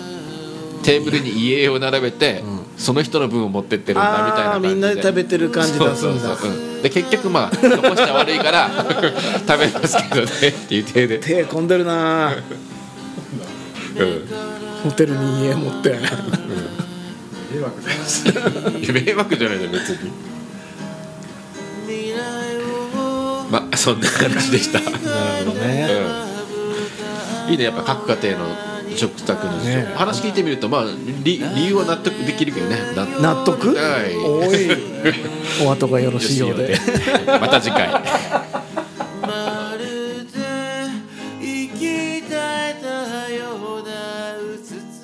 Speaker 1: テーブルに家を並べて、その人の分を持ってってるんだみたいな
Speaker 2: ああ
Speaker 1: 感
Speaker 2: ー
Speaker 1: じで
Speaker 2: みんなで食べてる感じ出すん
Speaker 1: そ
Speaker 2: だ
Speaker 1: うそうそう、うんで結局まあ残しちゃ悪いから (laughs) 食べますけどねっていう体で、
Speaker 2: 手込んでるな
Speaker 1: うん
Speaker 2: ホテルに家持って
Speaker 3: 迷惑だよ
Speaker 1: いや (laughs) 迷惑じゃないじゃん別にまあそんな話でした、
Speaker 2: なるほどね
Speaker 1: うんいいねやっぱ各家庭の食卓の事情、
Speaker 2: ね
Speaker 1: 話聞いてみるとまあ理理由は納得できるけどね納得
Speaker 2: 納得
Speaker 1: はい
Speaker 2: おいお後がよろしいようで。
Speaker 1: (laughs) また次回
Speaker 5: まるで生き絶えたようなうつつ